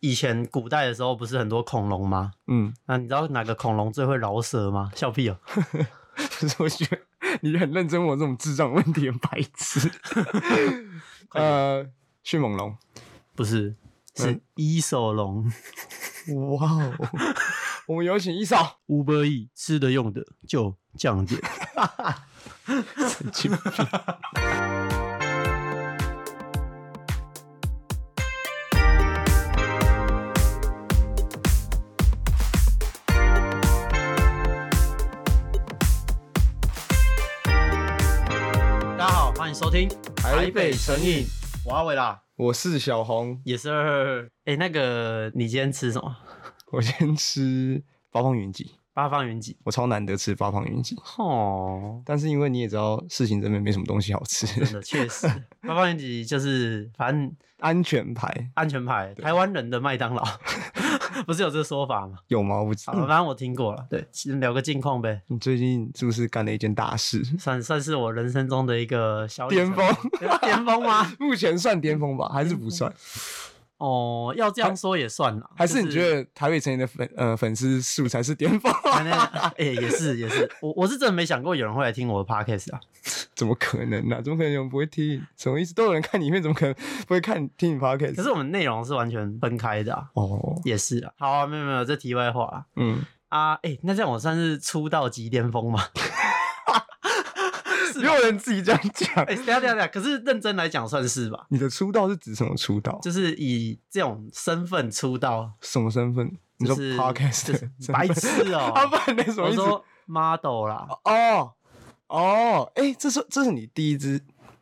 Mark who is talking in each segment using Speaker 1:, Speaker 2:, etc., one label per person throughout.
Speaker 1: 以前古代的时候不是很多恐龙吗？
Speaker 2: 嗯，
Speaker 1: 那你知道哪个恐龙最会饶舌吗？笑屁哦！
Speaker 2: 可是我觉得你很认真问我这种智障问题，很白 痴。呃，迅猛龙，
Speaker 1: 不是，是一手龙。
Speaker 2: 哇哦！我们有请一少，
Speaker 1: 五百亿吃的用的就降点。
Speaker 2: 神经病。
Speaker 1: 大家好，欢迎收听《
Speaker 2: 台北神
Speaker 1: 影》，我阿伟啦，
Speaker 2: 我是小红，
Speaker 1: 也是二。哎、那个你今天吃什么？
Speaker 2: 我先吃八方云集，
Speaker 1: 八方云集。
Speaker 2: 我超难得吃八方云集，
Speaker 1: 哦，
Speaker 2: 但是因为你也知道，事情这边没什么东西好吃，
Speaker 1: 真的确实，八方云集就是反正
Speaker 2: 安全牌
Speaker 1: 安全牌，台湾人的麦当劳， 不是有这个说法吗？
Speaker 2: 有吗？我不知
Speaker 1: 好
Speaker 2: 道。
Speaker 1: 了，反正我听过了。对，先聊个近况呗，
Speaker 2: 你最近是不是干了一件大事？
Speaker 1: 算算是我人生中的一个小里
Speaker 2: 巅
Speaker 1: 程
Speaker 2: 峰，
Speaker 1: 巅峰 吗？
Speaker 2: 目前算巅峰吧，还是不算？
Speaker 1: 哦，要这样说也算啦。
Speaker 2: 还是你
Speaker 1: 就
Speaker 2: 觉得台北城里的粉呃粉丝数才是巅峰？啊
Speaker 1: 反正 哎、也是也是，我我是真的没想过有人会来听我的 podcast 啊。
Speaker 2: 怎么可能呢、啊？怎么可能有人不会听？什么意思？都有人看影片，怎么可能不会看听你 podcast？
Speaker 1: 可是我们内容是完全分开的啊，
Speaker 2: 哦，
Speaker 1: 也是啊。好啊，没有没有，这题外话啦。
Speaker 2: 嗯，
Speaker 1: 啊，哎、那这样我算是出道即巅峰 嘛？
Speaker 2: 没有人自己这样讲。
Speaker 1: 哎、等一下等一下等一下，可是认真来讲算是吧，
Speaker 2: 你的出道是指什么出道？
Speaker 1: 就是以这种身份出道，
Speaker 2: 什么身份？你
Speaker 1: 就
Speaker 2: 说
Speaker 1: 是
Speaker 2: podcast
Speaker 1: 就
Speaker 2: 的
Speaker 1: 是
Speaker 2: 身份
Speaker 1: 白痴哦、
Speaker 2: 啊，不然那什么
Speaker 1: 我
Speaker 2: 意思？
Speaker 1: 说 model 啦，
Speaker 2: 哦哦，哎、这是这是你第一支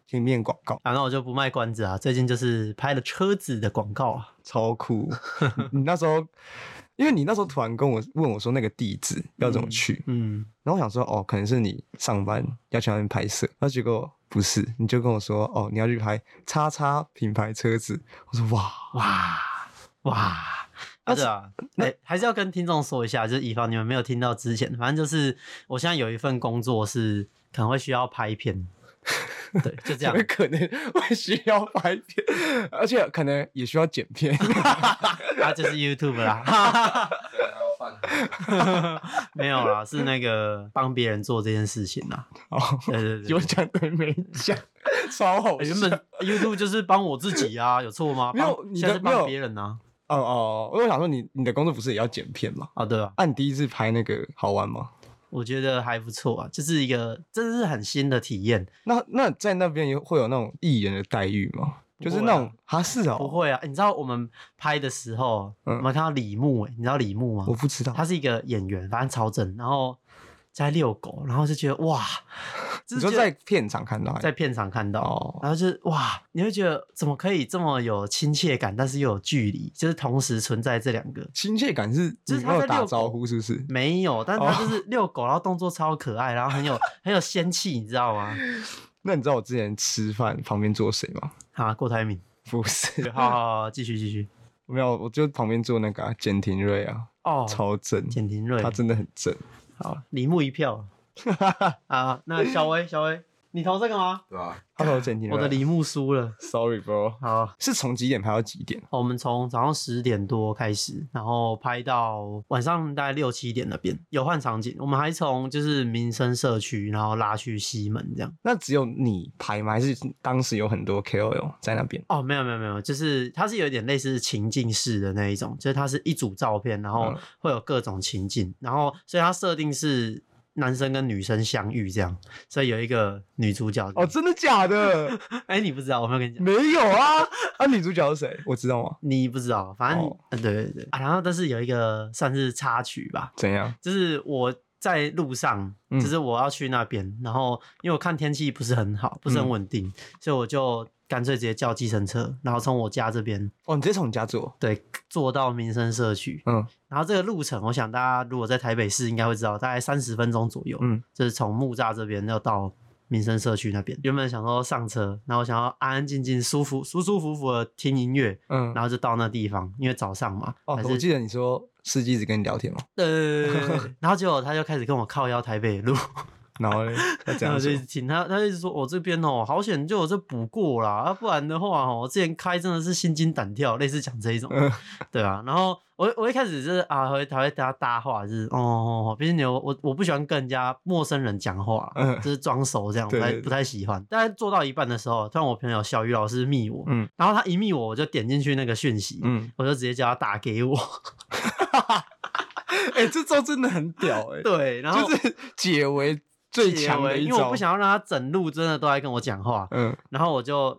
Speaker 2: 平面广告，
Speaker 1: 啊，那我就不卖关子啊，最近就是拍了车子的广告啊。
Speaker 2: 超 酷。你那时候，因为你那时候突然跟我问我说那个地址要怎么去，
Speaker 1: 嗯，
Speaker 2: 然后我想说，哦，可能是你上班要去那边拍摄，然后结果不是，你就跟我说，哦，你要去拍叉叉品牌车子。我说哇，
Speaker 1: 哇哇，啊
Speaker 2: 那
Speaker 1: 对啊，哎、还是要跟听众说一下，就是以防你们没有听到之前，反正就是我现在有一份工作是可能会需要拍片，对，就这
Speaker 2: 怎
Speaker 1: 样
Speaker 2: 么。可能会需要拍片，而且可能也需要剪片。
Speaker 1: 啊，就是 YouTube 啦， 没有啦，是那个帮别人做这件事情啦。
Speaker 2: 哦，
Speaker 1: 对对对
Speaker 2: 有讲对没讲，超好
Speaker 1: 哎
Speaker 2: 笑。
Speaker 1: 原本 YouTube 就是帮我自己啊，有错吗？
Speaker 2: 没有
Speaker 1: 帮
Speaker 2: 你
Speaker 1: 现
Speaker 2: 的
Speaker 1: 在是
Speaker 2: 没
Speaker 1: 帮
Speaker 2: 有
Speaker 1: 别人啊。
Speaker 2: 哦哦，因为我想说你你的工作不是也要剪片吗？
Speaker 1: 啊，对啊，
Speaker 2: 啊，你第一次拍那个好玩吗？
Speaker 1: 我觉得还不错啊，就是一个真的是很新的体验。
Speaker 2: 那那在那边有会有那种艺人的待遇吗？
Speaker 1: 不
Speaker 2: 就是
Speaker 1: 会
Speaker 2: 那
Speaker 1: 啊
Speaker 2: 种哈是
Speaker 1: 不
Speaker 2: 哦，
Speaker 1: 会啊，你知道我们拍的时候，
Speaker 2: 嗯
Speaker 1: 我们看到李牧、欸，你知道李牧吗
Speaker 2: 我？不知道
Speaker 1: 他。是一个演员，反正超正，然后在遛狗，然后就觉得哇，就是
Speaker 2: 你说
Speaker 1: 觉得
Speaker 2: 在片场看到还是？
Speaker 1: 在片场看到，
Speaker 2: 哦
Speaker 1: 然后就是哇，你会觉得怎么可以这么有亲切感，但是又有距离，就是同时存在这两个。
Speaker 2: 亲切感是
Speaker 1: 就
Speaker 2: 你
Speaker 1: 是
Speaker 2: 没
Speaker 1: 他在
Speaker 2: 有打
Speaker 1: 遛
Speaker 2: 招
Speaker 1: 狗
Speaker 2: 呼，是不是？
Speaker 1: 没有，但是他
Speaker 2: 哦
Speaker 1: 就是遛狗，然后动作超可爱，然后很有 很有仙气，你知道吗？
Speaker 2: 那你知道我之前吃饭旁边坐谁吗？
Speaker 1: 啊，郭台铭，
Speaker 2: 不是，
Speaker 1: 好好好，继续继续。
Speaker 2: 没有，我就旁边坐那个啊简廷瑞啊，
Speaker 1: 哦，
Speaker 2: 超正，
Speaker 1: 简廷瑞，
Speaker 2: 他真的很正。
Speaker 1: 好，李牧一票啊。那小薇，小薇，你投这个吗？
Speaker 3: 对吧？
Speaker 2: 他说简廷 瑞，
Speaker 1: 我的李牧输了。
Speaker 2: ，sorry bro，
Speaker 1: 好，
Speaker 2: 是从几点拍到几点？
Speaker 1: 我们从早上十点多开始，然后拍到晚上大概六七点那边有换场景。我们还从就是民生社区，然后拉去西门这样。
Speaker 2: 那只有你拍吗？还是当时有很多 KOL 在那边？
Speaker 1: 哦，没有没有没有，就是它是有点类似情境式的那一种，就是它是一组照片，然后
Speaker 2: 嗯
Speaker 1: 会有各种情境，然后所以它设定是男生跟女生相遇这样，所以有一个女主角。
Speaker 2: 哦，真的假的？
Speaker 1: 哎、你不知道，我没有跟你讲。
Speaker 2: 没有啊！啊，女主角是谁？我知道吗？
Speaker 1: 你不知道，反正、
Speaker 2: 哦
Speaker 1: 呃对对对啊。然后但是有一个算是插曲吧，
Speaker 2: 怎样？
Speaker 1: 就是我在路上，
Speaker 2: 嗯
Speaker 1: 就是我要去那边，然后因为我看天气不是很好，不
Speaker 2: 嗯
Speaker 1: 是很稳定，所以我就干脆直接叫计程车，然后从我家这边
Speaker 2: 哦，你直接从你家坐？
Speaker 1: 对坐到民生社区。
Speaker 2: 嗯
Speaker 1: 然后这个路程，我想大家如果在台北市应该会知道，大概三十分钟左右，
Speaker 2: 嗯，
Speaker 1: 就是从木栅这边要到。民生社区那边，原本想说上车，然后我想要安安静静、舒服、舒舒服服的听音乐，
Speaker 2: 嗯。
Speaker 1: 然后就到那地方，因为早上嘛，
Speaker 2: 哦，
Speaker 1: 还
Speaker 2: 我
Speaker 1: 是
Speaker 2: 记得你说司机一直跟你聊天吗？
Speaker 1: 呃，然后结果他就开始跟我靠腰台北路，
Speaker 2: 然后嘞，要 这
Speaker 1: 然
Speaker 2: 样
Speaker 1: 后就
Speaker 2: 说
Speaker 1: 一直听他，他就一直说：“我、这边哦，好险就有这补过啦，啊，不然的话哦，我之前开真的是心惊胆跳，类似讲这一种，
Speaker 2: 嗯
Speaker 1: 对啊。然后我我一开始就是啊，会还会跟他搭话，就是哦哦，哦毕竟你我我我不喜欢跟人家陌生人讲话，
Speaker 2: 嗯
Speaker 1: 就是装熟这样，不
Speaker 2: 对
Speaker 1: 太
Speaker 2: 对对
Speaker 1: 不太喜欢。但是做到一半的时候，突然我朋友小鱼老师密我，
Speaker 2: 嗯
Speaker 1: 然后他一密我，我就点进去那个讯息，
Speaker 2: 嗯，
Speaker 1: 我就直接叫他打给我，
Speaker 2: 哎、这招真的很屌哎、
Speaker 1: 对，然后
Speaker 2: 就是解围最
Speaker 1: 结
Speaker 2: 强的
Speaker 1: 尾
Speaker 2: 一
Speaker 1: 因
Speaker 2: 招。
Speaker 1: 为我不想要让他整路真的都在跟我讲话，
Speaker 2: 嗯
Speaker 1: 然后我就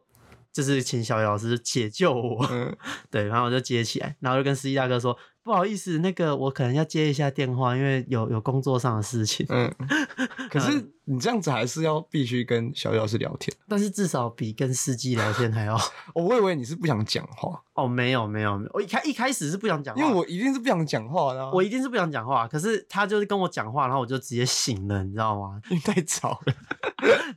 Speaker 1: 就是请小雨老师解救我，
Speaker 2: 嗯，
Speaker 1: 对，然后我就接起来，然后就跟司机大哥说不好意思，那个我可能要接一下电话，因为有有工作上的事情。
Speaker 2: 嗯， 可是你这样子还是要必须跟小雨老师聊天。
Speaker 1: 但是至少比跟司机聊天 还要
Speaker 2: 哦，我以为你是不想讲话，
Speaker 1: 哦，没有没有没有，我一开一开始是不想讲话，
Speaker 2: 因为我一定是不想讲话的、啊。
Speaker 1: 我一定是不想讲话，可是他就是跟我讲话，然后我就直接醒了，你知道吗？
Speaker 2: 因为太吵了。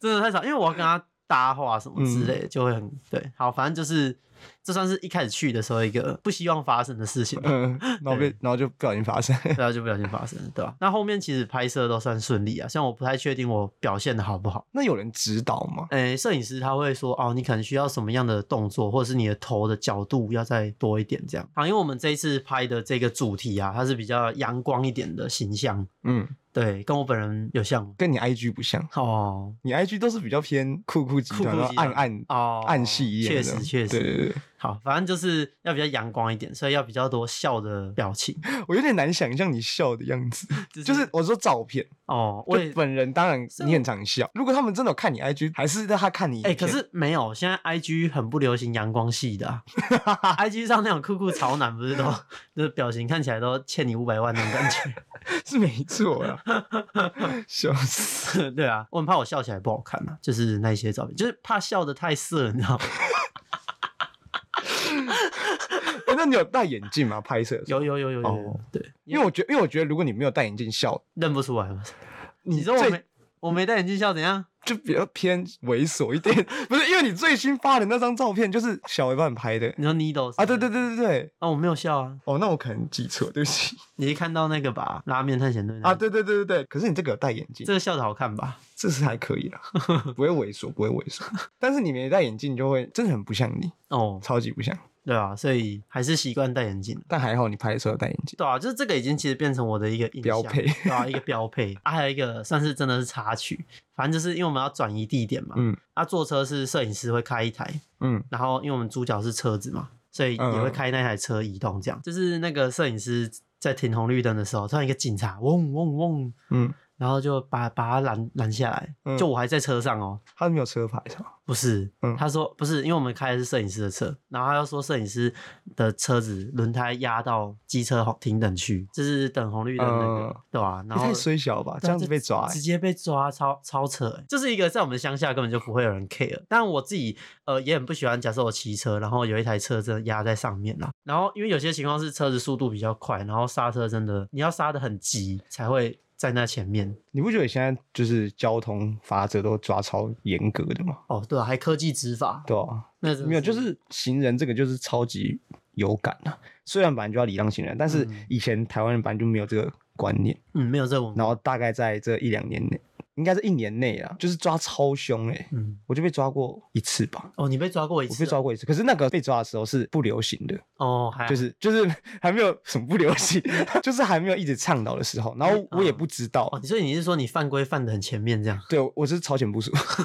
Speaker 1: 真的太少，因为我要跟他搭话什么之
Speaker 2: 嗯
Speaker 1: 类的，就会很对。好，反正就是这算是一开始去的时候一个不希望发生的事情吧，
Speaker 2: 嗯，然后被
Speaker 1: 对
Speaker 2: 然后就不小心发生。
Speaker 1: 对啊，就不小心发生了，对吧、那后面其实拍摄都算顺利啊，虽然我不太确定我表现的好不好。
Speaker 2: 那有人指导吗？
Speaker 1: 诶，摄影师他会说哦，你可能需要什么样的动作，或者是你的头的角度要再多一点这样。啊，因为我们这一次拍的这个主题啊，它是比较阳光一点的形象，
Speaker 2: 嗯，
Speaker 1: 对，跟我本人有像吗
Speaker 2: 跟你 IG 不像，
Speaker 1: 哦，
Speaker 2: 你 IG 都是比较偏酷酷集
Speaker 1: 酷
Speaker 2: 团，
Speaker 1: 酷
Speaker 2: 然
Speaker 1: 集
Speaker 2: 后暗
Speaker 1: 团
Speaker 2: 暗
Speaker 1: 哦
Speaker 2: 暗系一点
Speaker 1: 确
Speaker 2: 的。
Speaker 1: 实确实
Speaker 2: 对对对，
Speaker 1: 好，反正就是要比较阳光一点，所以要比较多笑的表情，
Speaker 2: 我有点难想象你笑的样子。
Speaker 1: 就是、
Speaker 2: 就是我说照片，
Speaker 1: 哦，我
Speaker 2: 我
Speaker 1: 也
Speaker 2: 本人当然
Speaker 1: 是
Speaker 2: 你很常笑。如果他们真的有看你 IG，还是让他看你影
Speaker 1: 哎、
Speaker 2: 片？
Speaker 1: 可是没有，现在 I G 很不流行阳光系的、 啊、，I G 上那种酷酷潮男不是都就是表情看起来都欠你五百万那种感 觉，
Speaker 2: 是没错啊，笑死！
Speaker 1: 对啊，我很怕我笑起来不好看嘛、就是那些照片，就是怕笑的太色，你知道吗？
Speaker 2: 哎那你有戴眼镜吗？拍摄的时候
Speaker 1: 有有有有有有，
Speaker 2: 哦
Speaker 1: 对，
Speaker 2: 因为我觉得，因为我觉得如果你没有戴眼镜笑，
Speaker 1: 认不出来吗？你说我
Speaker 2: 最
Speaker 1: 没我没戴眼镜笑怎样？
Speaker 2: 就比较偏猥琐一点，不是？因为你最新发的那张照片就是小尾巴你拍的
Speaker 1: 你说 Needles
Speaker 2: 啊，对对对对对，
Speaker 1: 啊、我没有笑啊，
Speaker 2: 哦，那我可能记错，对不起
Speaker 1: 你一看到那个吧，拉面探险队那
Speaker 2: 啊，
Speaker 1: 个，
Speaker 2: 对对对对对，可是你这个有戴眼镜
Speaker 1: 嗯这，个笑的好看吧？
Speaker 2: 这是还可以啦，不会猥琐，不会猥琐， 但是你没戴眼镜就会真的很不像你，
Speaker 1: 哦，
Speaker 2: 超级不像，
Speaker 1: 对啊，所以还是习惯戴眼镜。
Speaker 2: 但还好你拍的时候有戴眼镜，
Speaker 1: 对啊，就是这个已经其实变成我的一个印象
Speaker 2: 标配
Speaker 1: 对啊，一个标配啊，还有一个算是真的是插曲，反正就是因为我们要转移地点嘛，
Speaker 2: 嗯
Speaker 1: 啊，坐车是摄影师会开一台，
Speaker 2: 嗯
Speaker 1: 然后因为我们主角是车子嘛，所以也会开那台车移动这样，就是那个摄影师在停红绿灯的时候，突然一个警察嗡嗡嗡，
Speaker 2: 嗯，
Speaker 1: 然后就把把他拦拦下来，
Speaker 2: 嗯
Speaker 1: 就我还在车上哦。
Speaker 2: 他没有车牌是吧？
Speaker 1: 不是，
Speaker 2: 嗯
Speaker 1: 他说不是，因为我们开的是摄影师的车，然后他又说摄影师的车子轮胎压到机车红停等区，就是等红绿灯那个，
Speaker 2: 嗯
Speaker 1: 对吧、啊？
Speaker 2: 你
Speaker 1: 然后
Speaker 2: 太衰小吧，这样子被抓欸、
Speaker 1: 直接被抓，超超扯、欸，就是一个在我们乡下根本就不会有人 care。但我自己呃也很不喜欢，假设我骑车，然后有一台车真的压在上面啦，然后因为有些情况是车子速度比较快，然后刹车真的你要刹的很急才会在那前面。
Speaker 2: 你不觉得现在就是交通法则都抓超严格的吗？
Speaker 1: 哦，对啊，还科技执法，
Speaker 2: 对啊，
Speaker 1: 那真的
Speaker 2: 没有，就是行人这个就是超级有感啊。虽然本来就要礼让行人，但是
Speaker 1: 嗯
Speaker 2: 以前台湾人本来就没有这个观念，
Speaker 1: 嗯没有这种，
Speaker 2: 然后大概在这一两年内，应该是一年内啊，就是抓超凶哎、欸，
Speaker 1: 嗯。
Speaker 2: 我就被抓过一次吧。
Speaker 1: 哦，你被抓过一次
Speaker 2: 我
Speaker 1: 哦、
Speaker 2: 被抓过一次，可是那个被抓的时候是不流行的，
Speaker 1: 哦，还好
Speaker 2: 就是就是 还没有什么不流行， 就是还没有一直倡导的时候，然后我也不知道，
Speaker 1: 哦，所以你是说你犯规犯的很前面这样？
Speaker 2: 对，我是超前部署，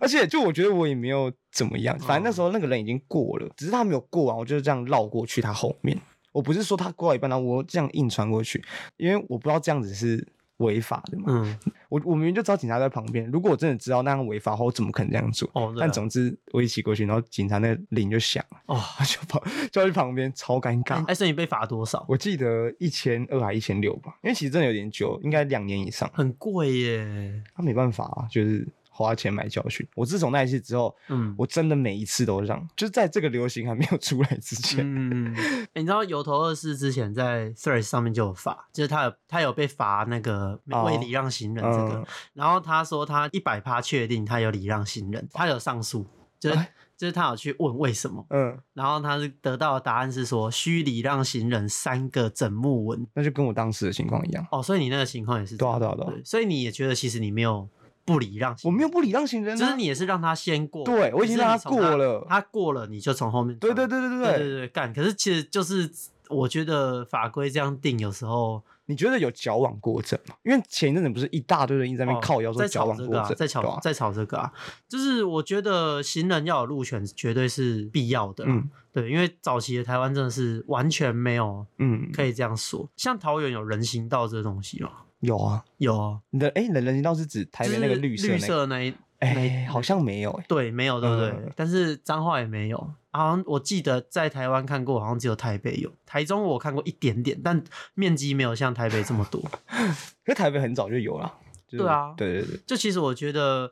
Speaker 2: 而且就我觉得我也没有怎么样，反正那时
Speaker 1: 哦
Speaker 2: 候那个人已经过了，只是他没有过完，我就这样绕过去他后面。我不是说他过到一半，然后我这样硬穿过去，因为我不知道这样子是违法的嘛。
Speaker 1: 嗯，
Speaker 2: 我我明明就知道警察在旁边，如果我真的知道那样违法的话，我怎么可能这样做？
Speaker 1: 哦，对啊
Speaker 2: 但总之我一起过去，然后警察那个铃就响了，
Speaker 1: 哦，
Speaker 2: 他就跑就去旁边，超尴尬。
Speaker 1: 哎，所以你被罚多少？
Speaker 2: 我记得一千二还一千六吧，因为其实真的有点久，应该两年以上。
Speaker 1: 很贵耶。
Speaker 2: 他没办法啊，就是花钱买教训。我自从那一次之后，
Speaker 1: 嗯，
Speaker 2: 我真的每一次都让，就是在这个流行还没有出来之前，
Speaker 1: 嗯， 欸你知道油头二世之前在 Threads 上面就有罚，就是他有他有被罚那个
Speaker 2: 哦
Speaker 1: 未礼让行人这个，
Speaker 2: 嗯
Speaker 1: 然后他说他一百趴确定他有礼让行人，他有上诉，就是、
Speaker 2: 哎
Speaker 1: 就是他有去问为什么，
Speaker 2: 嗯，
Speaker 1: 然后他是得到的答案是说需礼让行人三个整木文
Speaker 2: 那就跟我当时的情况一样。
Speaker 1: 哦，所以你那个情况也是这
Speaker 2: 对
Speaker 1: 样
Speaker 2: 啊，对啊，对啊，
Speaker 1: 对，所以你也觉得其实你没有不礼让行
Speaker 2: 我
Speaker 1: 人，
Speaker 2: 没有不礼让行人、啊，
Speaker 1: 就是你也是让他先过，
Speaker 2: 对我已
Speaker 1: 只
Speaker 2: 经
Speaker 1: 是
Speaker 2: 让
Speaker 1: 你
Speaker 2: 他
Speaker 1: 从
Speaker 2: 过
Speaker 1: 他
Speaker 2: 了
Speaker 1: 他过了你就从后面
Speaker 2: 对
Speaker 1: 穿
Speaker 2: 对对对对
Speaker 1: 对对对干。可是其实就是我觉得法规这样定，有时候
Speaker 2: 你觉得有矫枉过正吗？因为前一阵子不是一大堆人一直在那边
Speaker 1: 哦
Speaker 2: 靠腰说
Speaker 1: 在
Speaker 2: 矫
Speaker 1: 吵
Speaker 2: 枉
Speaker 1: 这
Speaker 2: 过
Speaker 1: 个啊
Speaker 2: 正，，
Speaker 1: 在
Speaker 2: 对
Speaker 1: 吵
Speaker 2: 吧
Speaker 1: 在吵这个啊，就是我觉得行人要有路权绝对是必要的啦，
Speaker 2: 嗯
Speaker 1: 对，因为早期的台湾真的是完全没有
Speaker 2: 嗯，
Speaker 1: 可以这样说，像桃园有人行道这东西吗？
Speaker 2: 有啊。
Speaker 1: 有啊，
Speaker 2: 你的哎，你的人行道是指台
Speaker 1: 就
Speaker 2: 北
Speaker 1: 是
Speaker 2: 那个
Speaker 1: 绿
Speaker 2: 色那个？
Speaker 1: 色那一
Speaker 2: 哎，好像没有哎。
Speaker 1: 对，没有，对不对？
Speaker 2: 嗯
Speaker 1: 但是彰化也没有，好像我记得在台湾看过，好像只有台北有，台中我看过一点点，但面积没有像台北这么多。
Speaker 2: 可是台北很早就有了。就是
Speaker 1: 对啊
Speaker 2: 对对对，
Speaker 1: 就其实我觉得，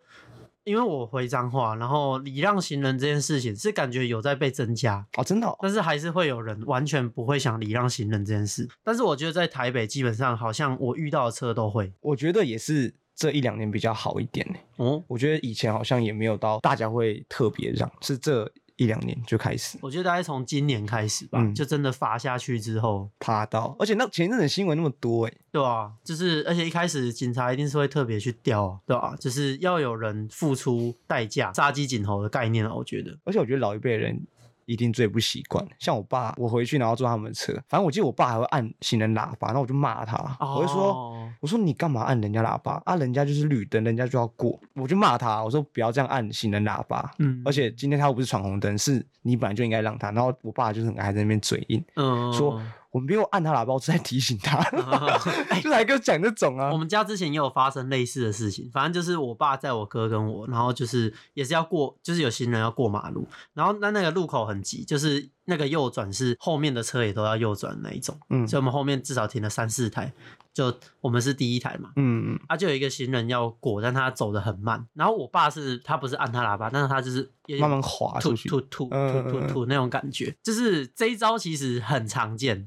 Speaker 1: 因为我回彰化，然后礼让行人这件事情是感觉有在被增加。
Speaker 2: 哦，真的哦，
Speaker 1: 但是还是会有人完全不会想礼让行人这件事，但是我觉得在台北基本上好像我遇到的车都会
Speaker 2: 我觉得也是这一两年比较好一点哎。
Speaker 1: 哦。
Speaker 2: 我觉得以前好像也没有到大家会特别让，是这一两年就开始
Speaker 1: 我觉得大概从今年开始吧，
Speaker 2: 嗯
Speaker 1: 就真的罚下去之后，
Speaker 2: 趴到，而且那前一阵子新闻那么多哎，
Speaker 1: 对啊，就是而且一开始警察一定是会特别去调啊，对啊，就是要有人付出代价，杀鸡儆猴的概念啊，我觉得。
Speaker 2: 而且我觉得老一辈的人一定最不习惯。像我爸，我回去然后坐他们的车，反正我记得我爸还会按行人喇叭，那我就骂他，我就说。
Speaker 1: 哦，
Speaker 2: 我说你干嘛按人家喇叭啊？人家就是绿灯，人家就要过，我就骂他。我说不要这样按行人喇叭，
Speaker 1: 嗯
Speaker 2: 而且今天他又不是闯红灯，是你本来就应该让他。然后我爸就是很爱在那边嘴硬，
Speaker 1: 嗯
Speaker 2: 说我没有按他喇叭，我是在提醒
Speaker 1: 啊
Speaker 2: 他， 就来跟我讲这种啊
Speaker 1: 哎我。们家之前也有发生类似的事情，反正就是我爸载我哥跟我，然后就是也是要过，就是有行人要过马路，然后那那个路口很急，就是那个右转是后面的车也都要右转那一种，
Speaker 2: 嗯
Speaker 1: 所以我们后面至少停了三四台，就我们是第一台嘛，
Speaker 2: 嗯，
Speaker 1: 啊，就有一个行人要过，但他走的很慢。然后我爸是他不是按他喇叭，但是他就是有点
Speaker 2: 慢慢滑
Speaker 1: 吐
Speaker 2: 出去
Speaker 1: 吐吐
Speaker 2: 嗯
Speaker 1: 吐吐
Speaker 2: 嗯
Speaker 1: 吐那种感觉，就是这一招其实很常见，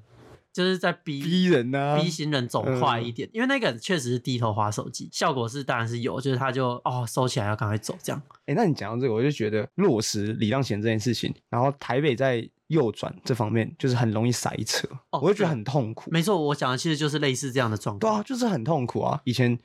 Speaker 1: 就是在逼
Speaker 2: 逼人啊
Speaker 1: 逼行人走
Speaker 2: 嗯
Speaker 1: 快一点，因为那个人确实是低头滑手机，效果是当然是有，就是他就哦收起来要赶快走这样。
Speaker 2: 哎、那你讲到这个，我就觉得落实礼让行这件事情，然后台北在右转这方面就是很容易塞车，
Speaker 1: 哦
Speaker 2: 我就觉得
Speaker 1: 对
Speaker 2: 很痛苦。
Speaker 1: 没错，我讲的其实就是类似这样的状
Speaker 2: 对
Speaker 1: 况。
Speaker 2: 啊，就是很痛苦啊，以前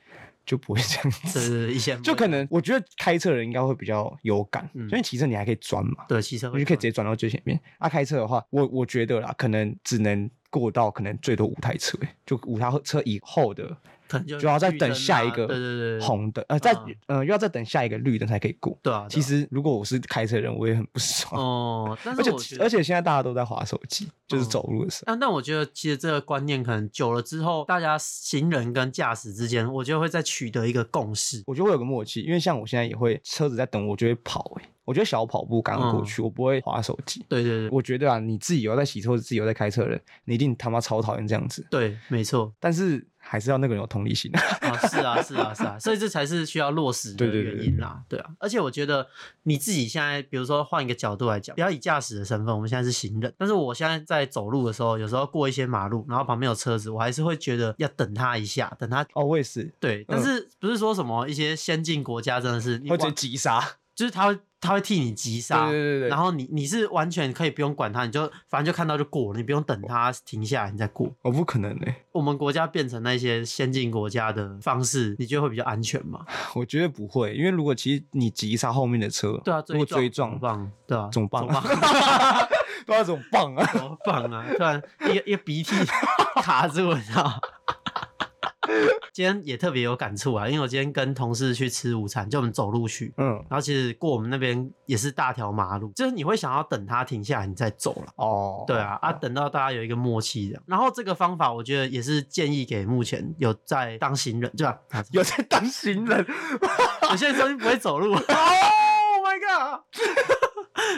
Speaker 2: 就不会这样
Speaker 1: 对
Speaker 2: 子，
Speaker 1: 对对，以前
Speaker 2: 就
Speaker 1: 不会
Speaker 2: 可能我觉得开车的人应该会比较有感，
Speaker 1: 嗯
Speaker 2: 因为骑车你还可以钻嘛，
Speaker 1: 对骑车
Speaker 2: 你
Speaker 1: 会
Speaker 2: 就可以直
Speaker 1: 这样
Speaker 2: 接转到最前面。啊，开车的话，我我觉得啦，可能只能过到可能最多五台车，欸就五台车以后的
Speaker 1: 可能就
Speaker 2: 就要再
Speaker 1: 绿灯
Speaker 2: 等下一
Speaker 1: 啊
Speaker 2: 个
Speaker 1: 对对对对
Speaker 2: 红灯，呃，再
Speaker 1: 嗯
Speaker 2: 呃又要再等下一个绿灯才可以过。
Speaker 1: 对啊，对啊
Speaker 2: 其实如果我是开车的人，我也很不爽。
Speaker 1: 哦，但
Speaker 2: 而
Speaker 1: 是我觉
Speaker 2: 且
Speaker 1: 得
Speaker 2: 而且现在大家都在划手机，就是
Speaker 1: 嗯
Speaker 2: 走路的时候。
Speaker 1: 但但我觉得，其实这个观念可能久了之后，大家行人跟驾驶之间，我觉得会再取得一个共识。
Speaker 2: 我觉得会有个默契，因为像我现在也会车子在等我，我就会跑、欸。我觉得小跑步赶快过
Speaker 1: 嗯
Speaker 2: 去，我不会划手机。
Speaker 1: 对对对
Speaker 2: 我觉得啊，你自己有在洗车或者自己有在开车的人，你一定他妈超讨厌这样子。
Speaker 1: 对，没错
Speaker 2: 但是还是要那个人有同理心。
Speaker 1: 啊，是啊是啊是啊，所以这才是需要落实的
Speaker 2: 对对对
Speaker 1: 原因啦，对啊。而且我觉得你自己现在，比如说换一个角度来讲，不要以驾驶的身份，我们现在是行人，但是我现在在走路的时候，有时候过一些马路，然后旁边有车子，我还是会觉得要等他一下，等他。
Speaker 2: 哦，我也是，
Speaker 1: 对，但是不是说什么一些先进国家真的是你
Speaker 2: 会直接
Speaker 1: 往
Speaker 2: 急刹。
Speaker 1: 就是他会他会替你急
Speaker 2: 对
Speaker 1: 刹，
Speaker 2: 对对对。
Speaker 1: 然后你你是完全可以不用管他，你就反正就看到就过了，你不用等他停下来你再过。
Speaker 2: 我哦不可能的、欸
Speaker 1: 我们国家变成那些先进国家的方式，你觉得会比较安全吗？
Speaker 2: 我觉得不会，因为如果其实你急刹后面的车，
Speaker 1: 对啊，
Speaker 2: 如果追
Speaker 1: 撞
Speaker 2: 撞
Speaker 1: 怎么，办？对啊，
Speaker 2: 怎么办
Speaker 1: 怎么
Speaker 2: 啊？ 不知道怎么办啊！
Speaker 1: 怎么办啊？突然一个一个鼻 涕卡住，你知道吗？ 今天也特别有感触啊，因为我今天跟同事去吃午餐，就我们走路去，
Speaker 2: 嗯，
Speaker 1: 然后其实过我们那边也是大条马路，就是你会想要等他停下来你再走了。
Speaker 2: 哦，
Speaker 1: 对啊，啊，等到大家有一个默契的。然后这个方法，我觉得也是建议给目前有在当行人，对吧？
Speaker 2: 有在当 行人。
Speaker 1: 有些人说你不会走路。
Speaker 2: Oh my god！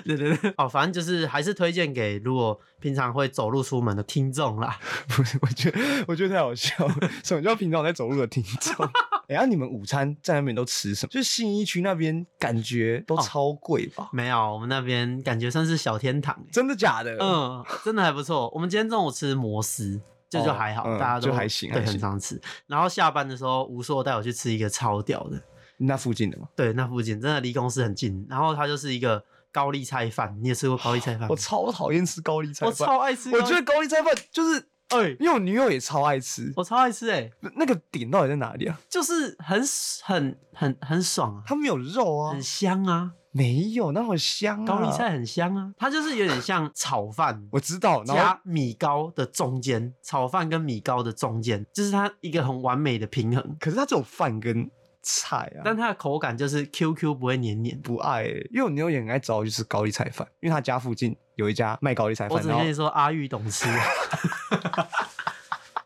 Speaker 1: 对对对，哦，反正就是还是推荐给如果平常会走路出门的听众啦。
Speaker 2: 不是，我觉得我觉得太好笑了。什么叫平常在走路的听众？ 哎、呀、你们午餐在那边都吃什么？就是信义区那边感觉
Speaker 1: 哦
Speaker 2: 都超贵吧？
Speaker 1: 没有，我们那边感觉算是小天堂欸、
Speaker 2: 真的假的？，
Speaker 1: 嗯，真的还不错。我们今天中午吃摩斯。就就
Speaker 2: 哦
Speaker 1: 还好，
Speaker 2: 嗯
Speaker 1: 大家都
Speaker 2: 就还行
Speaker 1: 对，
Speaker 2: 还行
Speaker 1: 很常吃。然后下班的时候，吴硕带我去吃一个超屌的，
Speaker 2: 那附近的吗？
Speaker 1: 对，那附近真的离公司很近。然后它就是一个高丽菜饭，你也吃过高丽菜饭吗？
Speaker 2: 我超讨厌吃高丽菜
Speaker 1: 我
Speaker 2: 饭，
Speaker 1: 超爱吃高
Speaker 2: 我
Speaker 1: 丽，
Speaker 2: 觉得高丽菜饭就是
Speaker 1: 哎、
Speaker 2: 因为我女友也超爱吃，
Speaker 1: 我超爱吃哎、
Speaker 2: 那个点到底在哪里啊？
Speaker 1: 就是很很很很爽啊，
Speaker 2: 它没有肉啊
Speaker 1: 很，香啊，
Speaker 2: 没有，那好香啊！
Speaker 1: 高丽菜很香啊，它就是有点像炒饭
Speaker 2: 我知道，然后
Speaker 1: 加米糕的中间，炒饭跟米糕的中间，就是它一个很完美的平衡，
Speaker 2: 可是它只有饭跟菜啊，
Speaker 1: 但它的口感就是 QQ 不会黏黏。
Speaker 2: 不爱欸、因为我女友也很爱找我去吃高丽菜饭，因为她家附近有一家卖高丽菜
Speaker 1: 我
Speaker 2: 饭，
Speaker 1: 只
Speaker 2: 然后
Speaker 1: 跟你说，阿玉懂 吃。